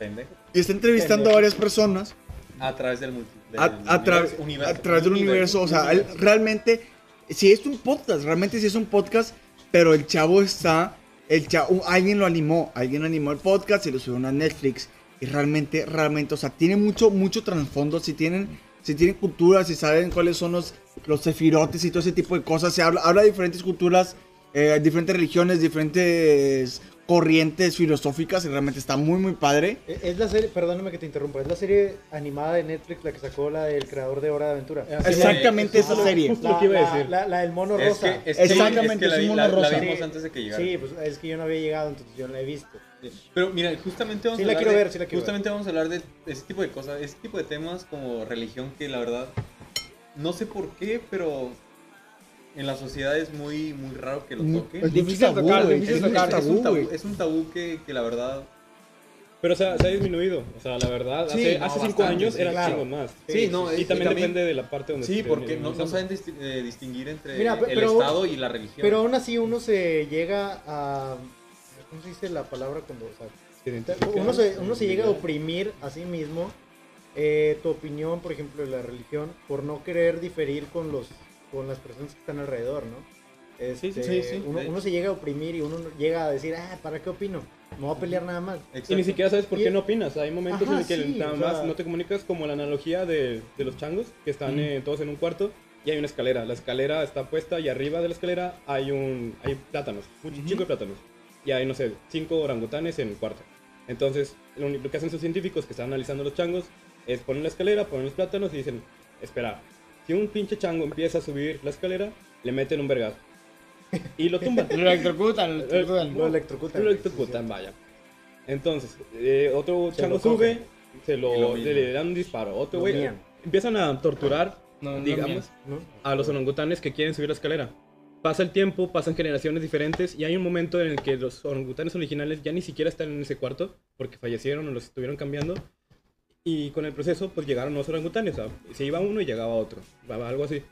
S3: Pendejo.
S5: y está entrevistando a varias personas
S3: A través del multi. del
S5: a, a tra-
S3: universo- universo.
S5: a través del universo. O sea, él
S3: universo.
S5: realmente, si es un podcast, realmente si es un podcast, pero el chavo está, el chavo, alguien lo animó, alguien animó el podcast y lo subió a Netflix. Y realmente, realmente, o sea, tiene mucho, mucho trasfondo. Si tienen, si tienen cultura, si saben cuáles son los, los sefirotes y todo ese tipo de cosas. Se habla, habla de diferentes culturas, eh, diferentes religiones, diferentes corrientes filosóficas. Y realmente está muy, muy padre.
S1: Es Eh, es la serie, perdóname que te interrumpa, es la serie animada de Netflix la que sacó la del creador de Hora de Aventura.
S3: Así es.
S5: Exactamente esa serie.
S1: La,
S4: lo que iba a
S1: la-
S4: decir.
S1: La, la del mono
S3: Es
S1: rosa.
S3: que, es
S5: Exactamente,
S3: que, es que la,
S5: es
S3: vi-
S5: un
S3: la-
S5: mono
S3: la
S5: rosa.
S3: vimos antes de que llegara.
S1: Sí, pues es que yo no había llegado, entonces yo no la he visto.
S3: Sí. Pero mira, justamente vamos
S1: Sí
S3: a
S1: la
S3: hablar
S1: quiero
S3: de-
S1: ver, sí la quiero
S3: justamente vamos a hablar de ese tipo de cosas, ese tipo de temas como religión que la verdad no sé por qué, pero en la sociedad es muy muy raro que lo toque.
S5: Es
S3: Es,
S5: difícil
S2: tabú, güey,
S5: tocar,
S2: es
S5: pues, es
S2: un
S5: un tabú,
S3: un
S5: güey.
S3: tabú, es un tabú que, que la verdad
S4: Pero o sea, se ha disminuido. O sea, la verdad,
S1: Sí,
S4: hace,
S1: no,
S4: hace cinco
S1: bastante,
S4: años
S1: sí,
S4: era
S1: claro.
S4: chingo más.
S3: Sí, no,
S4: y,
S3: es- y
S4: también
S3: también-
S4: depende de la parte donde
S3: Sí,
S4: se
S3: porque este, no, no
S4: analizamos.
S3: saben disti- eh, distinguir entre
S1: Mira, pe-
S3: el
S1: pero-
S3: estado y la religión.
S1: Pero aún así uno se llega a... ¿Cómo se dice la palabra cuando... o sea, uno se, uno se llega a oprimir a sí mismo eh, tu opinión, por ejemplo, de la religión, por no querer diferir con los con las personas que están alrededor, ¿no?
S4: Sí, sí,
S1: Este,
S4: sí, sí.
S1: Uno, uno se llega a oprimir y uno llega a decir, ah, ¿para qué opino? No voy a pelear nada más.
S3: Exacto.
S4: Y ni siquiera sabes por
S1: Y-
S4: qué no opinas. Hay momentos
S1: Ajá,
S4: en los que
S1: sí,
S4: nada
S1: o
S4: más
S1: sea-
S4: no te comunicas, como la analogía de, de los changos, que están eh, todos en un cuarto y hay una escalera. La escalera está puesta y arriba de la escalera hay un hay plátanos, un chico de plátanos. Y hay, no sé, cinco orangutanes en el cuarto. Entonces, lo, único que hacen sus científicos que están analizando los changos es poner la escalera, ponen los plátanos y dicen, espera, si un pinche chango empieza a subir la escalera, le meten un vergazo. Y lo tumban.
S2: Lo electrocutan, lo electrocutan.
S1: Eh, Lo electrocutan.
S4: Lo
S1: güey,
S4: electrocutan, vaya. Entonces, eh, otro
S1: Se
S4: chango
S1: lo cogen.
S4: sube, se
S3: Y lo
S4: lo,
S3: mismo.
S4: le, le dan un disparo. Otro
S1: Lo
S4: güey.
S1: mían.
S4: Empiezan a torturar,
S2: No, no mían.
S4: digamos,
S1: ¿no?
S4: a los orangutanes que quieren subir la escalera. Pasa el tiempo, pasan generaciones diferentes y hay un momento en el que los orangutanes originales ya ni siquiera están en ese cuarto porque fallecieron o los estuvieron cambiando. Y con el proceso, pues llegaron los orangutanes. O sea, se iba uno y llegaba otro. Algo así.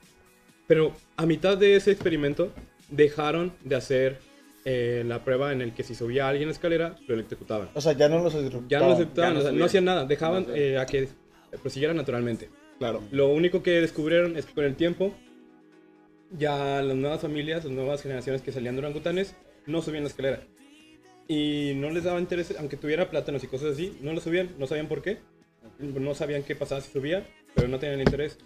S4: Pero a mitad de ese experimento dejaron de hacer eh, la prueba en el que si subía alguien a la escalera, lo ejecutaban.
S5: O sea, ya no los aceptaban.
S4: Ya no lo aceptaban,
S3: ya no
S4: o sea, no
S3: subían.
S4: hacían nada, dejaban
S3: No subían.
S4: eh, a que prosiguiera naturalmente.
S5: Claro.
S4: Lo único que descubrieron es que con el tiempo, ya las nuevas familias, las nuevas generaciones que salían de orangutanes, no subían la escalera. Y no les daba interés, aunque tuviera plátanos y cosas así, no lo subían, no sabían por qué. No sabían qué pasaba si subía, pero no tenían interés.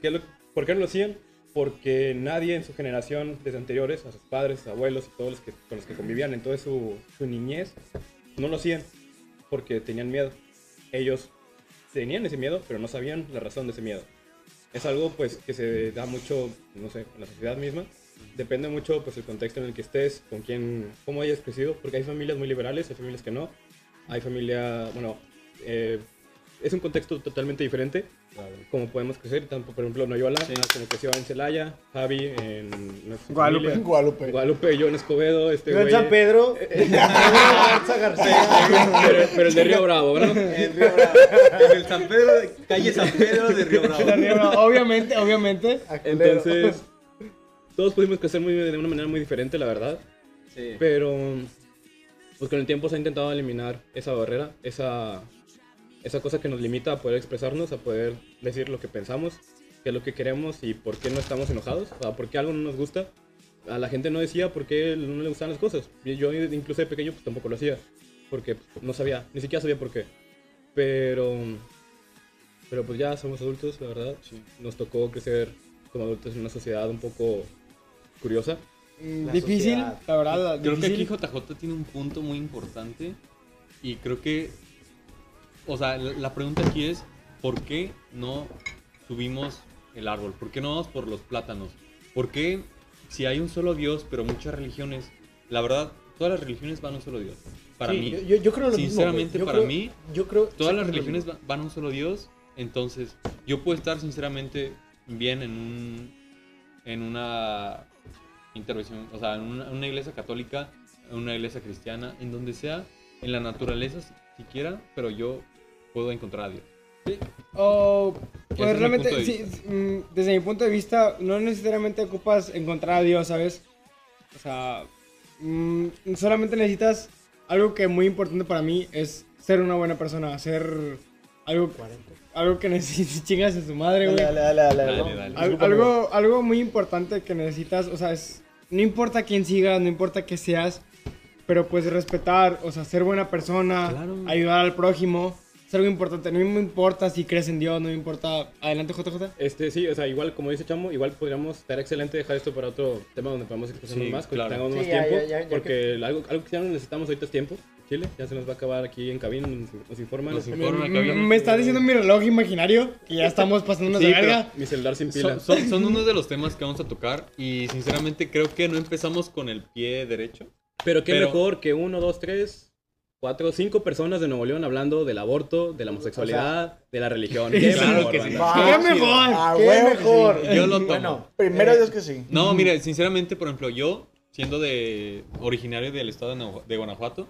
S4: ¿Qué es lo- ¿Por qué no lo hacían? Porque nadie en su generación, desde anteriores, a sus padres, sus abuelos y todos los que, con los que convivían en toda su, su niñez, no lo hacían porque tenían miedo. Ellos tenían ese miedo, pero no sabían la razón de ese miedo. Es algo pues que se da mucho, no sé, en la sociedad misma. Depende mucho pues el contexto en el que estés, con quién, cómo hayas crecido, porque hay familias muy liberales, hay familias que no. Hay familia, bueno, eh, es un contexto totalmente diferente como podemos crecer. Tampoco, por ejemplo, Noyola, ah, como creció en Celaya, Javi en nuestra
S2: Guadalupe.
S4: familia.
S5: Guadalupe.
S4: Guadalupe, yo en Escobedo, este
S1: Yo en
S4: güey.
S1: San Pedro, Garza García.
S4: Pero, pero el de Río Bravo, ¿verdad?
S3: En Río Bravo. En el San Pedro, de- calle San Pedro de Río Bravo.
S2: Obviamente, obviamente.
S1: eh, a culero.
S4: Entonces, todos pudimos crecer muy, de una manera muy diferente, la verdad.
S2: Sí.
S4: Pero pues con el tiempo se ha intentado eliminar esa barrera, esa, esa cosa que nos limita a poder expresarnos, a poder decir lo que pensamos, qué es lo que queremos y por qué no estamos enojados, o sea, por qué algo no nos gusta. A la gente no decía por qué no le gustaban las cosas. Y Yo incluso de pequeño pues tampoco lo hacía, porque pues, no sabía, ni siquiera sabía por qué. Pero, pero pues ya somos adultos, la verdad. Nos tocó crecer como adultos en una sociedad un poco curiosa.
S1: La
S2: Mm, Difícil,
S1: sociedad.
S2: la verdad. la-
S3: Creo que aquí
S2: difícil.
S3: JJ tiene un punto muy importante y creo que, o sea, la la pregunta aquí es, ¿por qué no subimos el árbol? ¿Por qué no vamos por los plátanos? ¿Por qué si hay un solo Dios, pero muchas religiones, la verdad, todas las religiones van a un solo Dios? Para
S1: Sí,
S3: mí,
S1: yo, yo creo lo mismo,
S3: sinceramente
S1: güey. Yo
S3: para
S1: creo-
S3: mí,
S1: yo creo
S3: todas
S1: exactamente
S3: las
S1: lo
S3: religiones
S1: mismo.
S3: va- van a un solo Dios, entonces yo puedo estar sinceramente bien en un en una intervención, o sea, en una, una iglesia católica, en una iglesia cristiana, en donde sea, en la naturaleza si- siquiera, pero yo puedo encontrar a Dios.
S2: Oh,
S3: Ese es
S2: pues
S3: mi
S2: realmente,
S3: punto de
S2: sí,
S3: vista.
S2: sí, mm, desde mi punto de vista, no necesariamente ocupas encontrar a Dios, ¿sabes? O sea, mm, solamente necesitas algo que es muy importante para mí es ser una buena persona, ser algo,
S1: 40.
S2: algo que necesitas chingas en su madre, güey.
S5: Dale, dale, dale, dale,
S3: Dale,
S5: ¿no?
S3: dale.
S2: Al-
S5: Discúlpame, güey.
S2: algo, algo muy importante que necesitas, o sea, es, no importa quién sigas, no importa qué seas, pero pues respetar, o sea, ser buena persona,
S3: Claro.
S2: ayudar al prójimo, es algo importante. No me importa si crees en Dios, no me importa. Adelante, JJ.
S4: Este, sí, o sea, igual, como dice Chamo, igual podríamos estar excelente dejar esto para otro tema donde podamos expresarnos
S3: Sí,
S4: más, que
S3: claro.
S4: tengamos
S1: Sí,
S4: más
S1: ya,
S4: tiempo,
S1: ya, ya, ya
S4: porque algo, algo que ya no necesitamos ahorita es tiempo. Chile, ya se nos va a acabar aquí en cabina, nos, nos informan.
S3: Nos
S4: Nos-
S3: informan. Corona,
S2: Mm,
S3: cabrón.
S2: Me está diciendo mi reloj imaginario que ya estamos pasando
S4: Sí,
S2: de
S4: pero
S2: verga.
S4: mi celular sin pila.
S3: Son, son- son uno de los temas que vamos a tocar y sinceramente creo que no empezamos con el pie derecho.
S4: pero qué
S3: pero-
S4: mejor que uno, dos, tres, cuatro, cinco personas de Nuevo León hablando del aborto, de la homosexualidad, de la religión. Qué
S3: Claro
S4: mejor,
S3: que
S4: banda.
S3: sí.
S5: Va,
S2: ¡Qué
S5: chido.
S2: mejor!
S5: ¡A
S1: ¡Qué
S5: huevo que
S1: mejor!
S5: sí!
S3: Yo lo tomo.
S1: Bueno,
S5: Primero
S1: Eh,
S5: Dios que sí.
S3: No, mire, sinceramente, por ejemplo, yo, siendo de originario del estado de Nau- de Guanajuato,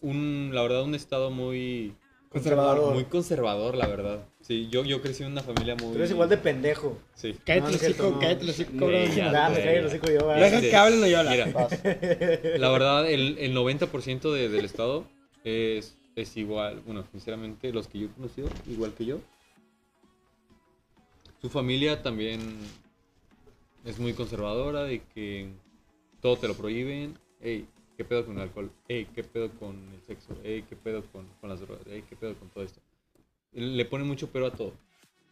S3: un, la verdad, un estado muy
S5: Conservador.
S3: Muy conservador, la verdad. Sí, yo, yo crecí en una familia muy...
S1: Tú eres igual de pendejo.
S3: Sí.
S1: No,
S2: Cállate
S1: no
S2: los
S1: es cierto,
S2: chicos,
S1: no.
S2: cállate los chicos,
S3: Güey, ya,
S1: Ya, me
S3: güey.
S1: cae el hocico yo, va.
S2: Deja que hablen o yo hablo.
S3: Mira,
S5: Vas.
S3: la verdad, el, el 90% de- del estado es, es igual, bueno, sinceramente, los que yo he conocido, igual que yo. Su familia también es muy conservadora, de que todo te lo prohíben. Ey, ¿qué pedo con el alcohol? Ey, ¿qué pedo con el sexo? Ey, ¿qué pedo con, con las drogas? Ey, ¿qué pedo con todo esto? Le ponen mucho pero a todo.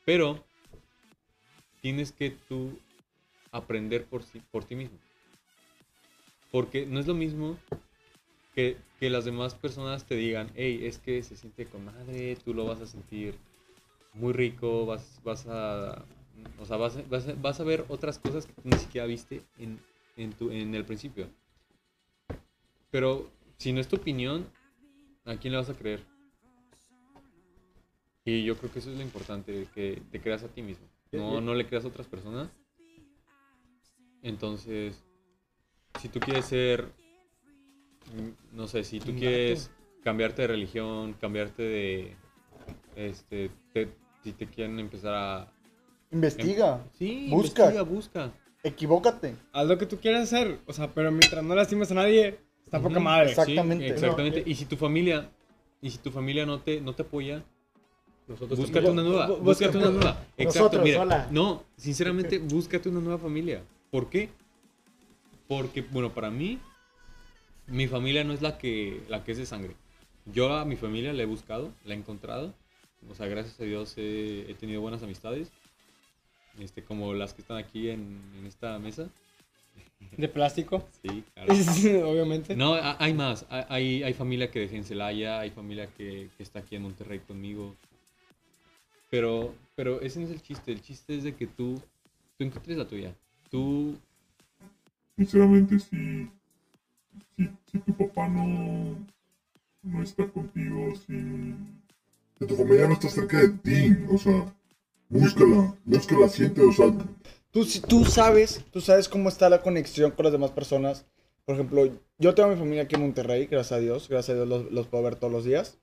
S3: Pero tienes que tú aprender por, sí- por ti mismo. Porque no es lo mismo que, que las demás personas te digan, hey, es que se siente con madre, tú lo vas a sentir muy rico, vas, vas a... O sea, vas, a- vas a- vas a ver otras cosas que ni siquiera viste en, en tu, en el principio. Pero si no es tu opinión, ¿a quién le vas a creer? Y yo creo que eso es lo importante, que te creas a ti mismo. No, no le creas a otras personas. Entonces, si tú quieres ser, mm, no sé, si tú quieres cambiarte de religión, cambiarte de, este, te- si te quieren empezar a... em,
S5: Investiga.
S3: Sí,
S5: Busca.
S3: investiga, busca.
S5: Equivócate.
S2: Haz lo que tú quieras hacer, o sea, pero mientras no lastimes a nadie, está poca
S3: Ujú.
S2: madre.
S5: Exacto. Exactamente.
S3: Sí, exactamente. Y si tu familia, y si tu familia no te, no te apoya,
S4: Nosotros
S3: búscate
S4: también.
S3: una nueva.
S1: Bu- bu-
S3: Búscate una
S1: busca-
S3: nueva. Exacto,
S1: Nosotros,
S3: mira.
S1: hola.
S3: No, sinceramente, búscate una nueva familia. ¿Por qué? Porque, bueno, para mí, mi familia no es la que, la que es de sangre. Yo a mi familia la he buscado, la he encontrado. O sea, gracias a Dios he, he tenido buenas amistades. Este, como las que están aquí en, en esta mesa.
S2: De plástico,
S3: Sí, claro.
S2: obviamente.
S3: No, ha- hay más. Ha- Hay, hay familia que dejé en Celaya, hay familia que, que está aquí en Monterrey conmigo. Pero, pero ese no es el chiste. El chiste es de que tú, tú encuentres la tuya. Tú,
S6: sinceramente, si, si, si tu papá no, no está contigo, si, si tu familia no está cerca de ti, o sea, búscala, búscala, siente, o sea,
S5: Tú, si- tú sabes, tú sabes cómo está la conexión con las demás personas. Por ejemplo, yo tengo a mi familia aquí en Monterrey, gracias a Dios. Gracias a Dios los, los puedo ver todos los días.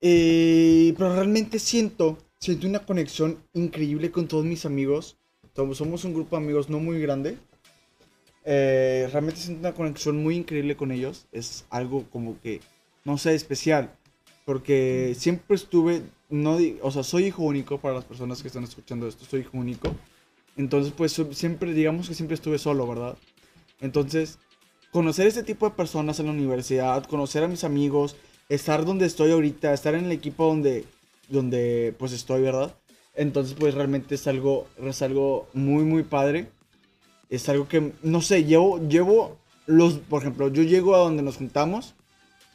S5: Eh, pero realmente siento, siento una conexión increíble con todos mis amigos. Somos, somos un grupo de amigos no muy grande. eh, realmente siento una conexión muy increíble con ellos. Es algo como que, no sé, especial. Porque siempre estuve, no, di- o sea, soy hijo único para las personas que están escuchando esto, soy hijo único. Entonces, pues so- siempre, digamos que siempre estuve solo, ¿verdad? Entonces, conocer este tipo de personas en la universidad, conocer a mis amigos, estar donde estoy ahorita, estar en el equipo donde, donde pues estoy, ¿verdad? Entonces, pues realmente es algo, es algo muy, muy padre. Es algo que, no sé, llevo, llevo los, por ejemplo, yo llego a donde nos juntamos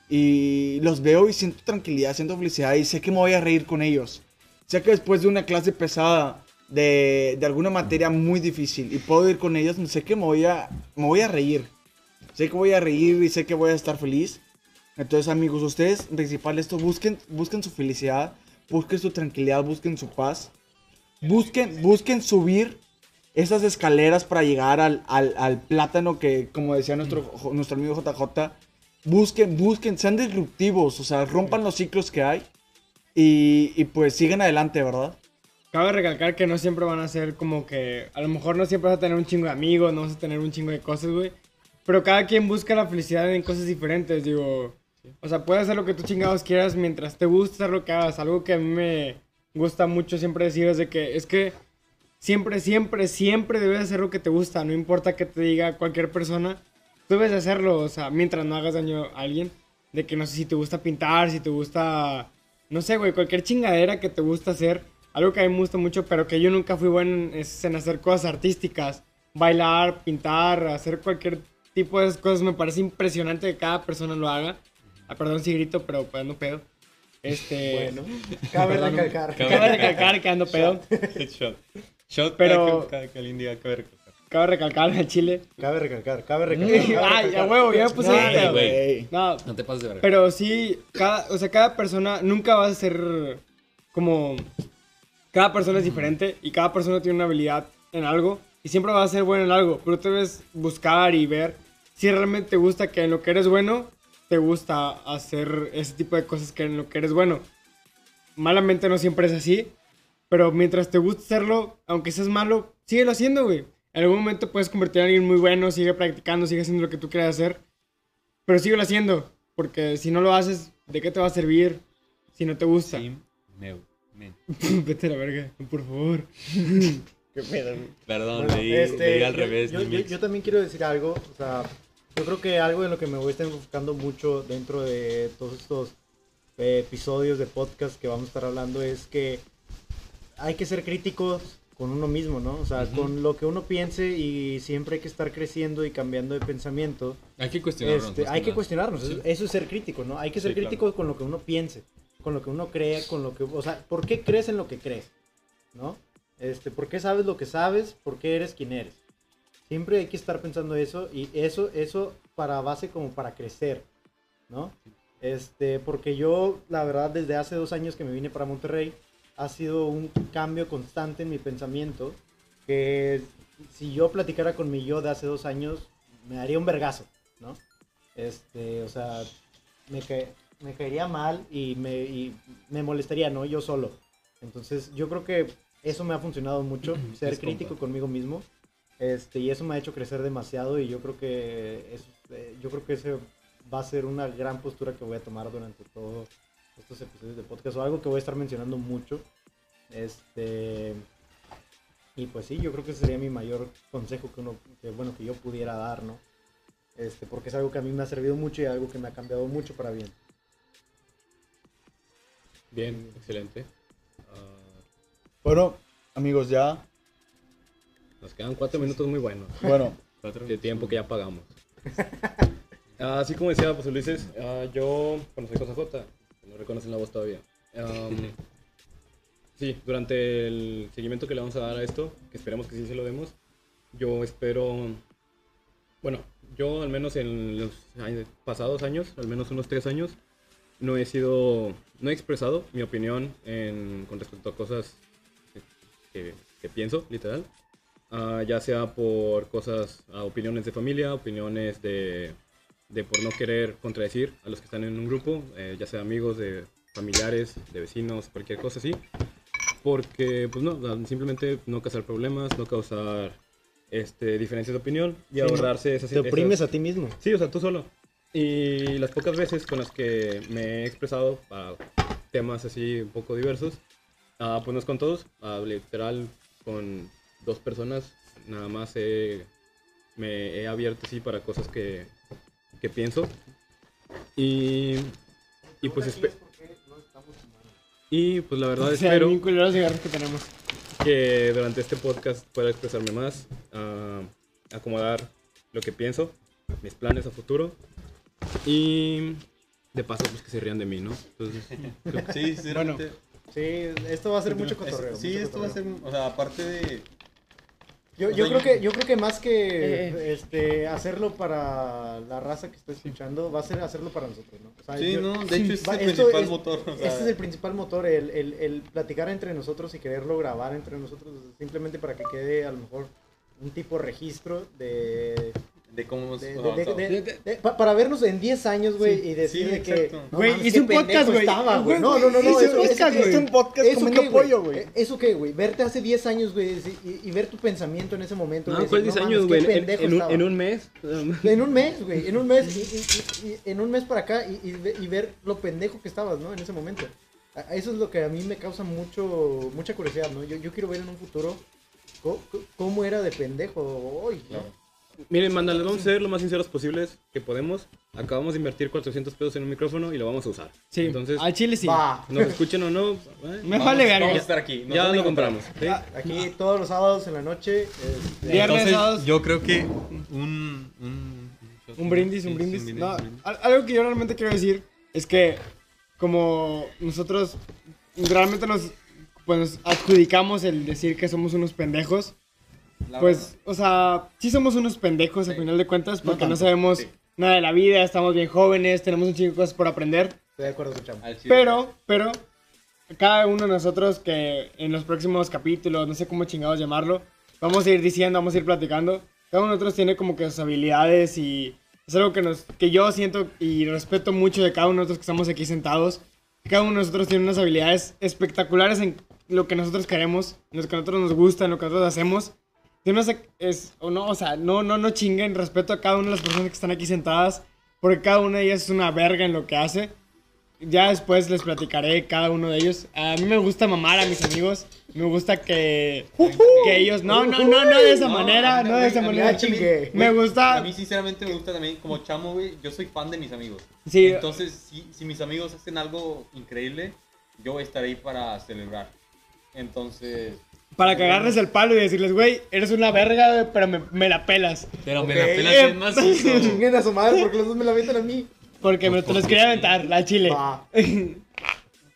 S5: y los veo y siento tranquilidad, siento felicidad y sé que me voy a reír con ellos. Sé que después de una clase pesada, de, de alguna materia muy difícil y puedo ir con ellos, sé que me voy a, me voy a reír. Sé que voy a reír y sé que voy a estar feliz. Entonces, amigos, ustedes, principal esto, busquen, busquen su felicidad, busquen su tranquilidad, busquen su paz. Busquen, busquen subir esas escaleras para llegar al, al- al plátano que, como decía nuestro, nuestro amigo JJ, busquen, busquen, sean disruptivos, o sea, rompan los ciclos que hay y, y pues sigan adelante, ¿verdad?
S2: Cabe recalcar que no siempre van a ser como que. A lo mejor no siempre vas a tener un chingo de amigos, no vas a tener un chingo de cosas, güey. Pero cada quien busca la felicidad en cosas diferentes, digo. O sea, puedes hacer lo que tú chingados quieras mientras te guste hacer lo que hagas. Algo que a mí me gusta mucho siempre decir es de que es que siempre, siempre, siempre debes hacer lo que te gusta. No importa que te diga cualquier persona, tú debes de hacerlo. O sea, mientras no hagas daño a alguien. De que no sé si te gusta pintar, si te gusta. No sé, güey, cualquier chingadera que te gusta hacer. Algo que a mí me gusta mucho, pero que yo nunca fui bueno en- es en hacer cosas artísticas. Bailar, pintar, hacer cualquier tipo de esas cosas. Me parece impresionante que cada persona lo haga. Ah, perdón si grito, pero pues no pedo. Este.
S1: Bueno, cabe
S2: Perdón,
S1: recalcar.
S2: Cabe recalcar que ando pedo.
S3: Shot. Shot
S2: Pero-
S3: pero... cada que alguien diga que ver.
S2: Cabe recalcar al chile.
S1: Cabe recalcar, cabe recalcar. cabe
S2: Ay, a
S1: recalcar.
S2: huevo, ya me puse
S3: Ay,
S2: bien pedo.
S3: güey.
S2: No,
S7: No te pases de verga.
S2: Pero sí, cada, o sea, cada persona nunca va a ser como... Cada persona es diferente y cada persona tiene una habilidad en algo y siempre va a ser bueno en algo, pero tú debes buscar y ver si realmente te gusta que en lo que eres bueno, te gusta hacer ese tipo de cosas que en lo que eres bueno. Malamente no siempre es así, pero mientras te guste hacerlo, aunque seas malo, síguelo haciendo, güey. En algún momento puedes convertir en alguien muy bueno, sigue practicando, sigue haciendo lo que tú quieras hacer. Pero síguelo haciendo, porque si no lo haces, ¿de qué te va a servir si no te gusta?
S3: Team Neu. Men.
S2: Vete a la verga, por favor. qué pedo, güey.
S3: Perdón,
S1: Bueno,
S3: leí,
S1: este,
S3: leí al
S1: yo-
S3: revés.
S1: Yo,
S3: mi
S1: yo-
S3: mix.
S1: yo también quiero decir algo. O sea, yo creo que algo en lo que me voy a estar enfocando mucho dentro de todos estos eh, episodios de podcast que vamos a estar hablando es que hay que ser críticos con uno mismo, ¿no? O sea, con lo que uno piense y siempre hay que estar creciendo y cambiando de pensamiento.
S7: Hay que cuestionarnos.
S1: Este,
S7: más
S1: hay que
S7: nada.
S1: cuestionarnos, eso- eso es ser crítico, ¿no? Hay que ser
S3: Sí, claro.
S1: crítico con lo que uno piense, con lo que uno cree, con lo que... O sea, ¿por qué crees en lo que crees? ¿No? Este, ¿Por qué sabes lo que sabes? ¿Por qué eres quien eres? Siempre hay que estar pensando eso y eso, eso para base como para crecer, ¿no? Este, porque yo, la verdad, desde hace dos años que me vine para Monterrey, ha sido un cambio constante en mi pensamiento que si yo platicara con mi yo de hace dos años, me daría un vergazo, ¿no? Este, o sea, me, ca- me caería mal y me, y me molestaría, ¿no? Yo solo. Entonces, yo creo que eso me ha funcionado mucho, ser
S7: Es
S1: crítico
S7: compa.
S1: conmigo mismo. Este, y eso me ha hecho crecer demasiado y yo creo que es- eh, yo creo que ese va a ser una gran postura que voy a tomar durante todos estos episodios de podcast o algo que voy a estar mencionando mucho. Este y pues sí, yo creo que ese sería mi mayor consejo que uno que, bueno, que yo pudiera dar, ¿no? Este, porque es algo que a mí me ha servido mucho y algo que me ha cambiado mucho para bien.
S4: Bien, excelente. Ah,
S5: Bueno, amigos, ya,
S4: Nos quedan cuatro minutos muy buenos.
S5: bueno,
S3: Cuatro.
S4: de tiempo que ya pagamos. Ah, Así como decía pues, Ulises, ah, yo conocí a J, no reconocen la voz todavía. Am, sí, durante el seguimiento que le vamos a dar a esto, que esperemos que sí se lo demos, yo espero, bueno, yo al menos en los años- pasados años, al menos unos tres años, no he sido, no he expresado mi opinión en- con respecto a cosas que- que- que pienso, literal. Ah, ya sea por cosas, ah, opiniones de familia, opiniones de, de por no querer contradecir a los que están en un grupo, eh, ya sea amigos, de familiares, de vecinos, cualquier ah, cosa así. Porque, pues no, o sea, simplemente no causar problemas, no causar este, diferencias de opinión y ahorrarse esas
S1: Te oprimes
S4: esas-
S1: a ti mismo.
S4: Sí, o sea, tú solo. Y las pocas veces con las que me he expresado para temas así un poco diversos, ah, pues no es con todos, ah, literal con dos personas, nada más he- me he abierto así para cosas que, que pienso. Y, y pues espe- y pues la verdad espero
S2: los cigarros que tenemos.
S4: que durante este podcast pueda expresarme más, ah, acomodar lo que pienso, mis planes a futuro y de paso pues que se rían de mí, ¿no? Entonces, creo que-
S3: Sí, sí,
S2: Bueno,
S3: realmente.
S1: Sí, esto va a ser mucho
S3: Es-
S1: cotorreo.
S3: Sí,
S1: mucho
S3: esto va a
S1: cotorreo.
S3: ser, o sea, aparte de...
S1: Yo,
S3: o
S1: yo
S3: sea,
S1: creo
S3: yo-
S1: que yo creo que más que
S2: Eh,
S1: este hacerlo para la raza que está escuchando va a ser hacerlo para nosotros, ¿no? O sea,
S3: Sí,
S1: yo-
S3: no, de hecho es
S1: va-
S3: el
S1: esto
S3: principal
S1: es-
S3: motor. o sea,
S1: Este es el principal motor, el, el- el platicar entre nosotros y quererlo grabar entre nosotros, simplemente para que quede a lo mejor un tipo registro de...
S3: de cómo hemos
S4: Pues,
S1: de- de- de-
S3: avanzado.
S1: de- de- pa- para vernos en 10 años, güey, y decir
S3: sí,
S1: de que...
S3: exacto.
S1: no
S2: Güey,
S1: mames,
S2: hice
S1: qué
S2: un podcast,
S1: pendejo
S2: güey.
S1: estaba, güey.
S2: Güey,
S1: No, no, este no, no.
S2: hice un
S1: eso- eso-
S2: podcast,
S1: eso-
S5: Hice un podcast
S1: ¿Eso
S5: comiendo
S1: qué, güey?
S5: pollo, güey.
S1: Eh, ¿Eso qué, güey? Verte hace 10 años, güey, y- y, y ver tu pensamiento en ese momento.
S4: no,
S1: güey,
S4: ¿cuál
S1: decir,
S4: 10
S1: no mames,
S4: años, güey?
S1: qué
S4: En,
S1: pendejo
S4: en un,
S1: estaba.
S4: en un mes.
S1: En un mes, güey, en un mes, y, y- y- y en un mes para acá, y, y ve- y ver lo pendejo que estabas, ¿no? En ese momento. A- a Eso es lo que a mí me causa mucho, mucha curiosidad, ¿no? Yo, yo quiero ver en un futuro co- co- cómo era de pendejo hoy, ¿no?
S3: Claro.
S4: Miren, manda, les vamos a ser lo más sinceros posibles que podemos. Acabamos de invertir 400 pesos en un micrófono y lo vamos a usar.
S2: Sí,
S4: Entonces,
S2: al chile sí.
S1: Va.
S4: nos escuchen o no, eh,
S2: Me vale
S3: Vamos a
S2: verga.
S3: estar aquí. nos
S4: ya
S3: van a
S4: lo
S3: encontrar.
S4: compramos. ¿sí?
S1: Aquí todos los sábados en la noche. este, es-
S2: Viernes, sábados.
S3: yo creo que un... Un,
S2: Un brindis,
S3: sí,
S2: un
S3: sí,
S2: brindis. No,
S3: un brindis.
S2: al- algo que yo realmente quiero decir es que como nosotros realmente nos, pues, nos adjudicamos el decir que somos unos pendejos, pues, o sea, sí somos unos pendejos al final de cuentas porque no,
S5: tanto,
S2: sabemos nada de la vida, estamos bien jóvenes, tenemos un chingo de cosas por aprender.
S1: Estoy de acuerdo con Chamo.
S3: Al chile.
S2: Pero, pero, cada uno de nosotros que en los próximos capítulos, no sé cómo chingados llamarlo, vamos a ir diciendo, vamos a ir platicando. Cada uno de nosotros tiene como que sus habilidades y es algo que, nos, que yo siento y respeto mucho de cada uno de nosotros que estamos aquí sentados. Cada uno de nosotros tiene unas habilidades espectaculares en lo que nosotros queremos, en lo que a nosotros nos gusta, en lo que nosotros hacemos. Yo no sé, es, o no, o sea, no, no, no chinguen, respeto a cada una de las personas que están aquí sentadas, porque cada una de ellas es una verga en lo que hace. Ya después les platicaré cada uno de ellos. A mí me gusta mamar a mis amigos. Me gusta que, que ellos. No, no, no, no de esa
S3: No,
S2: manera.
S3: a mí-
S2: No de
S3: a
S2: esa
S3: mí- a mí
S2: manera.
S3: también,
S2: chingue.
S3: güey,
S2: Me
S3: A
S2: gusta.
S3: mí sinceramente me gusta también, como chamo, güey, yo soy fan de mis amigos.
S2: Sí.
S3: Entonces, si, si mis amigos hacen algo increíble, yo estaré ahí para celebrar. Entonces...
S2: Para cagarles el palo y decirles, güey, eres una verga, güey, pero me, me la pelas.
S3: Pero
S1: me la pelas
S2: bien
S1: Chinguen a su madre porque los dos me la aventan a mí.
S2: Porque me te los quería aventar, la chile.
S1: Va,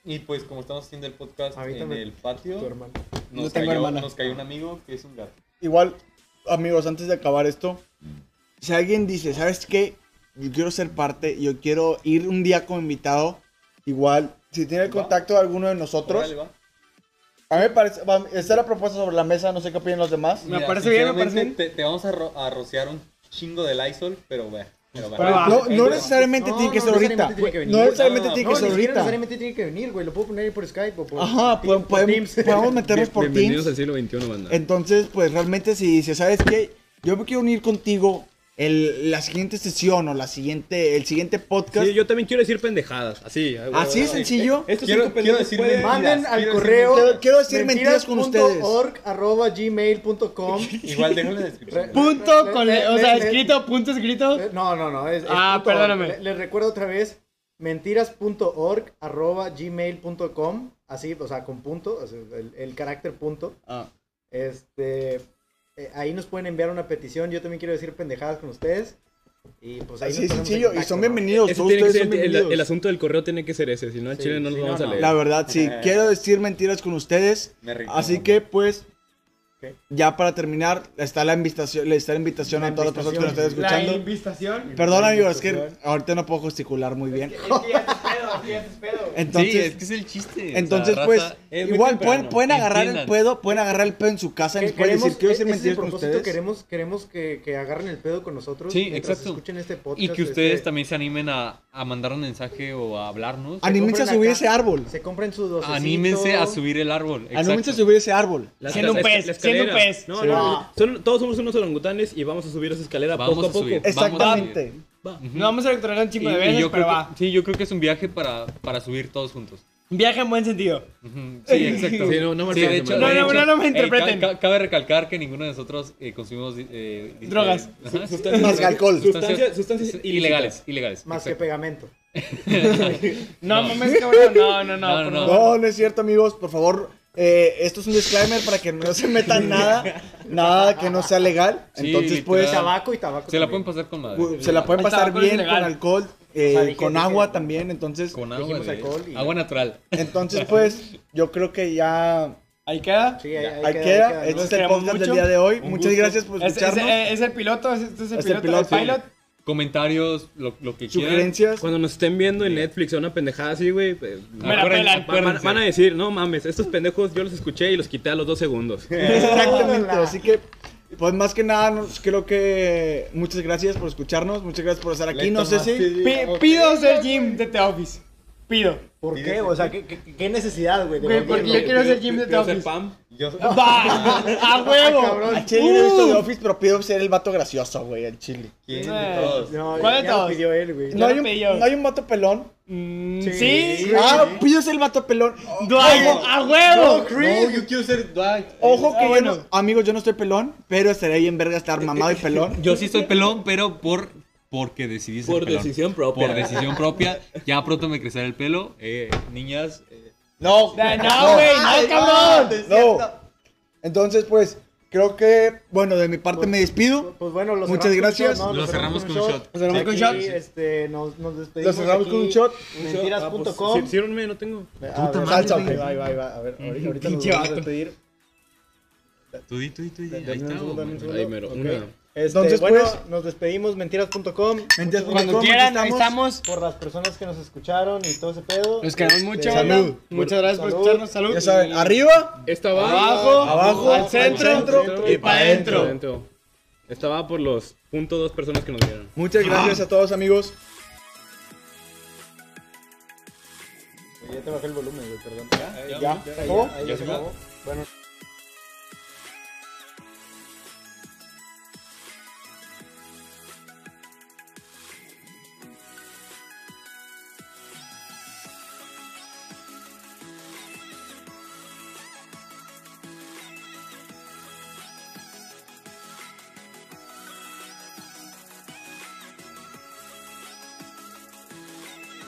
S3: Y pues como estamos haciendo el podcast
S1: A mí
S3: en
S1: también.
S3: el
S1: tu
S3: patio,
S1: hermano.
S3: nos,
S5: No tengo
S3: cayó,
S5: hermana.
S3: nos cayó un amigo que es un gato.
S5: Igual, amigos, antes de acabar esto, si alguien dice, ¿sabes qué? Yo quiero ser parte, yo quiero ir un día como invitado, igual, si tiene el
S3: Va.
S5: contacto de alguno de nosotros,
S3: Órale, va.
S5: a mí me parece, va, está la propuesta sobre la mesa, no sé qué opinan los demás.
S2: Me parece bien, me parece
S3: sinceramente, Te, te vamos a, ro- a rociar un chingo de Lysol, pero bueno. Pero bueno.
S2: Pero va.
S5: No, no
S3: Pero-
S5: necesariamente
S1: No,
S5: tiene que
S1: no
S5: ser ahorita.
S1: necesariamente tiene que venir. Ah,
S5: No necesariamente
S3: No,
S5: tiene
S1: No,
S5: que
S1: ni
S5: ser
S1: siquiera
S5: ahorita.
S1: necesariamente tiene que venir, güey. Lo puedo poner ahí por Skype o por.
S5: Ajá,
S1: por
S5: podemos, podemos,
S1: Teams.
S5: podemos meternos
S4: Bien-
S5: por
S4: Bienvenidos
S5: Teams.
S4: al siglo XXI, banda.
S5: Entonces, pues realmente si dices, ¿sabes qué? Yo me quiero unir contigo el, la siguiente sesión o la siguiente, el siguiente podcast.
S4: Sí, yo también quiero decir pendejadas. Así.
S5: Así es sencillo.
S4: Estos
S3: Quiero-
S4: cinco
S3: quiero
S4: pendejos
S3: decir
S4: pueden-
S3: mentiras,
S1: Manden al
S3: quiero decir
S1: correo.
S5: Quiero- quiero decir mentiras con
S1: punto
S5: ustedes.
S1: org arroba gmail.com.
S3: Igual déjalo en la descripción.
S2: Punto con.
S1: Le-
S2: O
S1: le-
S2: sea,
S1: le-
S2: escrito, punto escrito.
S1: Eh, No, no, no. es- es
S2: Ah,
S1: punto org.
S2: perdóname.
S1: Le- les recuerdo otra vez. Mentiras.org arroba gmail.com. Así, o sea, con punto. o sea, el, el carácter punto.
S5: Ah.
S1: Este. eh, ahí nos pueden enviar una petición. Yo también quiero decir pendejadas con ustedes. Y pues ahí
S5: Así
S1: nos
S5: es
S1: ponemos en
S5: sencillo. Y
S1: contacto,
S5: son
S1: ¿no?
S5: bienvenidos.
S4: Ese
S5: Todos
S4: tiene que
S5: ustedes
S4: ser
S5: son
S4: el, el-
S5: bienvenidos.
S4: el asunto del correo tiene que ser ese, si no, al
S1: Sí,
S4: chile no
S1: sí,
S4: lo
S1: no,
S4: vamos
S1: no.
S4: a leer.
S5: La verdad, sí. Quiero decir mentiras con ustedes.
S3: Me rico.
S5: Así que, pues,
S1: Ok.
S5: ya para terminar, está la invitación, está la invitación
S1: La
S5: a todas las personas que nos están
S1: invitación.
S2: La
S5: escuchando.
S2: invitación.
S5: Perdón, amigos, es que ahorita no puedo gesticular muy bien.
S2: Es que ya se pedo, así es, es pedo.
S5: Entonces,
S4: sí, es que es el chiste.
S5: Entonces,
S4: raza,
S5: pues,
S4: es muy
S5: igual pueden,
S4: temprano,
S5: pueden agarrar el
S4: entiendan.
S5: pedo, pueden agarrar el pedo en su casa, en su escuela y decir, quiero
S1: Eh,
S5: ser
S1: ese es el
S5: mentiroso con
S1: propósito,
S5: ustedes.
S1: queremos, queremos que, que agarren el pedo con nosotros.
S4: Sí,
S1: mientras
S4: exacto.
S1: Escuchen este podcast.
S3: Y que ustedes
S1: este,
S3: también se animen a, a mandar un mensaje o a hablarnos.
S1: se
S5: Anímense a
S1: compren
S5: subir
S1: acá,
S5: ese árbol.
S1: Se compren su docecito.
S3: Anímense a subir el árbol.
S5: Anímense a
S3: exacto.
S5: subir ese árbol.
S7: La
S2: Siendo un
S7: escalera-
S2: pez,
S7: la escalera.
S2: siendo un pez.
S7: No,
S5: Sí.
S7: no, son- todos somos unos orangutanes y vamos a subir esa escalera
S3: Vamos
S7: poco a,
S3: a
S7: poco.
S3: subir.
S5: Exactamente.
S3: Ujú.
S2: No vamos a electronar un
S3: Y-
S2: chingo de
S3: y
S2: veces,
S3: yo
S2: pero
S3: creo que-
S2: va.
S3: Sí, yo creo que es un viaje para, para subir todos juntos.
S2: Un viaje en buen sentido.
S3: Ujú, Sí, exacto.
S4: Sí, no, no me
S3: Sí, de
S4: alcanza,
S3: hecho-
S4: me
S2: No, no,
S3: de hecho,
S2: no, no me
S3: eh,
S2: interpreten.
S3: ca- ca- cabe recalcar que ninguno de nosotros eh, consumimos eh, dis-
S2: Drogas.
S3: eh, ajá,
S5: Más que alcohol.
S7: Sustancias, sustancias
S3: sustancias
S7: ilícitas.
S3: ilegales, ilegales.
S1: Más que
S3: exacto.
S1: pegamento.
S2: No, mames, cabrón. No, no, no.
S3: No,
S2: por
S3: no,
S2: favor.
S5: No, no es cierto, amigos. Por favor, eh, esto es un disclaimer para que no se metan nada, nada que no sea legal.
S3: Sí,
S5: Entonces, pues,
S3: literal.
S1: Tabaco y tabaco.
S3: Se la pueden
S1: también.
S3: pasar con madre.
S5: pu- se la pueden
S2: El
S5: pasar
S2: tabaco es
S5: bien con
S2: ilegal.
S5: alcohol, eh,
S1: O sea, dije-
S5: con
S1: dije-
S5: agua también. Entonces,
S3: Con agua,
S1: Dijimos
S3: de-
S1: alcohol y-
S3: agua natural.
S5: entonces, pues, yo creo que ya
S2: Ahí queda.
S1: Sí, ahí, ahí queda,
S5: ahí queda.
S1: ahí queda.
S5: Este
S2: Los
S5: es el
S2: queremos
S5: podcast del
S2: mucho.
S5: día de hoy.
S4: Un
S5: Muchas
S4: gusto.
S5: gracias por
S2: Es, es,
S5: escucharnos.
S1: eh,
S2: es el piloto, es, este es el
S5: Pues Es el
S2: piloto. El
S5: piloto.
S2: pilot.
S3: Comentarios, lo, lo que quieran.
S5: Sugerencias.
S7: Cuando nos estén viendo en Netflix o una pendejada así, güey, pues,
S2: Me la
S3: Acuérdense,
S2: pelan.
S7: van,
S3: acuérdense.
S7: van a decir, no mames, estos pendejos yo los escuché y los quité a los dos segundos.
S5: Exactamente,
S1: Hola.
S5: así que pues más que nada nos- creo que muchas gracias por escucharnos, muchas gracias por estar aquí, no sé si
S2: Pi- pido ser Jim de The Office. Pido.
S1: ¿Por qué? O sea, ¿qué, qué, qué necesidad, güey? de
S2: Güey, porque
S1: venderlo?
S2: yo quiero ser Jim de The
S7: Quiero ser
S2: Office.
S7: Pam.
S3: Yo-
S2: ¡Va! ¡A
S1: Ah, cabrón.
S2: huevo! Uh.
S5: al chile yo no he visto The Office, pero pido ser el vato gracioso, güey, al chile.
S3: ¿Quién?
S2: Eh,
S3: Todos.
S1: No,
S2: ¿Cuál
S1: ya
S2: de
S1: lo
S2: todos?
S1: pidió él, güey.
S5: No hay, un,
S2: lo pedí yo.
S5: no hay un vato pelón.
S2: Mm,
S1: Sí.
S2: Sí. Oh.
S1: Sí.
S5: Ah, pido ser el vato pelón.
S2: Do- ¡A a huevo!
S3: No, yo quiero ser Dwight.
S5: Ojo que
S2: Ah,
S5: yo no-
S2: bueno.
S5: amigos, yo no estoy pelón, pero estaré ahí en verga estar mamado y pelón.
S3: Yo sí soy pelón, pero por porque decidí ser
S7: Por
S3: pelón.
S7: decisión propia.
S3: Por decisión propia. Ya pronto me crecerá el pelo. Eh, niñas, eh,
S5: No,
S2: Da- No, güey, no, cabrón.
S5: no. Entonces, pues creo que bueno, de mi parte me despido.
S1: Pues bueno, los
S5: Muchas gracias.
S3: Lo cerramos con un shot.
S1: Lo
S5: cerramos con
S1: Y
S5: shot.
S1: este, nos, nos despedimos.
S5: Los cerramos
S1: aquí,
S5: con un shot.
S7: Ah, pues,
S1: Mentiras.com.
S7: Sí, Ciérrenme, no tengo.
S1: A ver,
S5: madre,
S1: salsa,
S5: güey.
S1: ok, Ah, va, va, va. A ver, ahorita, ahorita nos
S2: Pinche
S1: vamos a
S2: vato.
S1: despedir.
S3: tú di, tú di, tú di. Ahí
S1: Dame un
S3: está,
S1: segundo, dame un
S3: güey.
S1: segundo.
S7: Ahí mero,
S1: Ok.
S7: una.
S1: Este,
S5: Entonces,
S1: bueno,
S5: pues-
S1: nos despedimos, mentiras.com.
S5: Mentiras punto
S2: Cuando
S5: com,
S2: quieran,
S5: aquí
S2: ahí estamos.
S1: Por las personas que nos escucharon y todo ese pedo.
S2: Los queremos mucho.
S5: Salud.
S2: banda. Muchas gracias por
S1: Salud.
S2: escucharnos. Salud.
S5: Ya saben,
S2: Y-
S5: arriba
S7: Esta va
S2: Abajo,
S5: abajo,
S2: al centro,
S5: al centro
S2: y para
S7: Pa'
S2: adentro.
S7: dentro. Esta va por los punto dos personas que nos vieron.
S5: Muchas gracias a todos amigos.
S1: Ya te bajé el volumen, güey, perdón.
S3: Ya,
S1: Ya,
S3: ya.
S1: ¿se acabó? Ahí
S3: ¿Ya
S1: ya
S3: se
S1: se
S3: va?
S1: acabó. Bueno.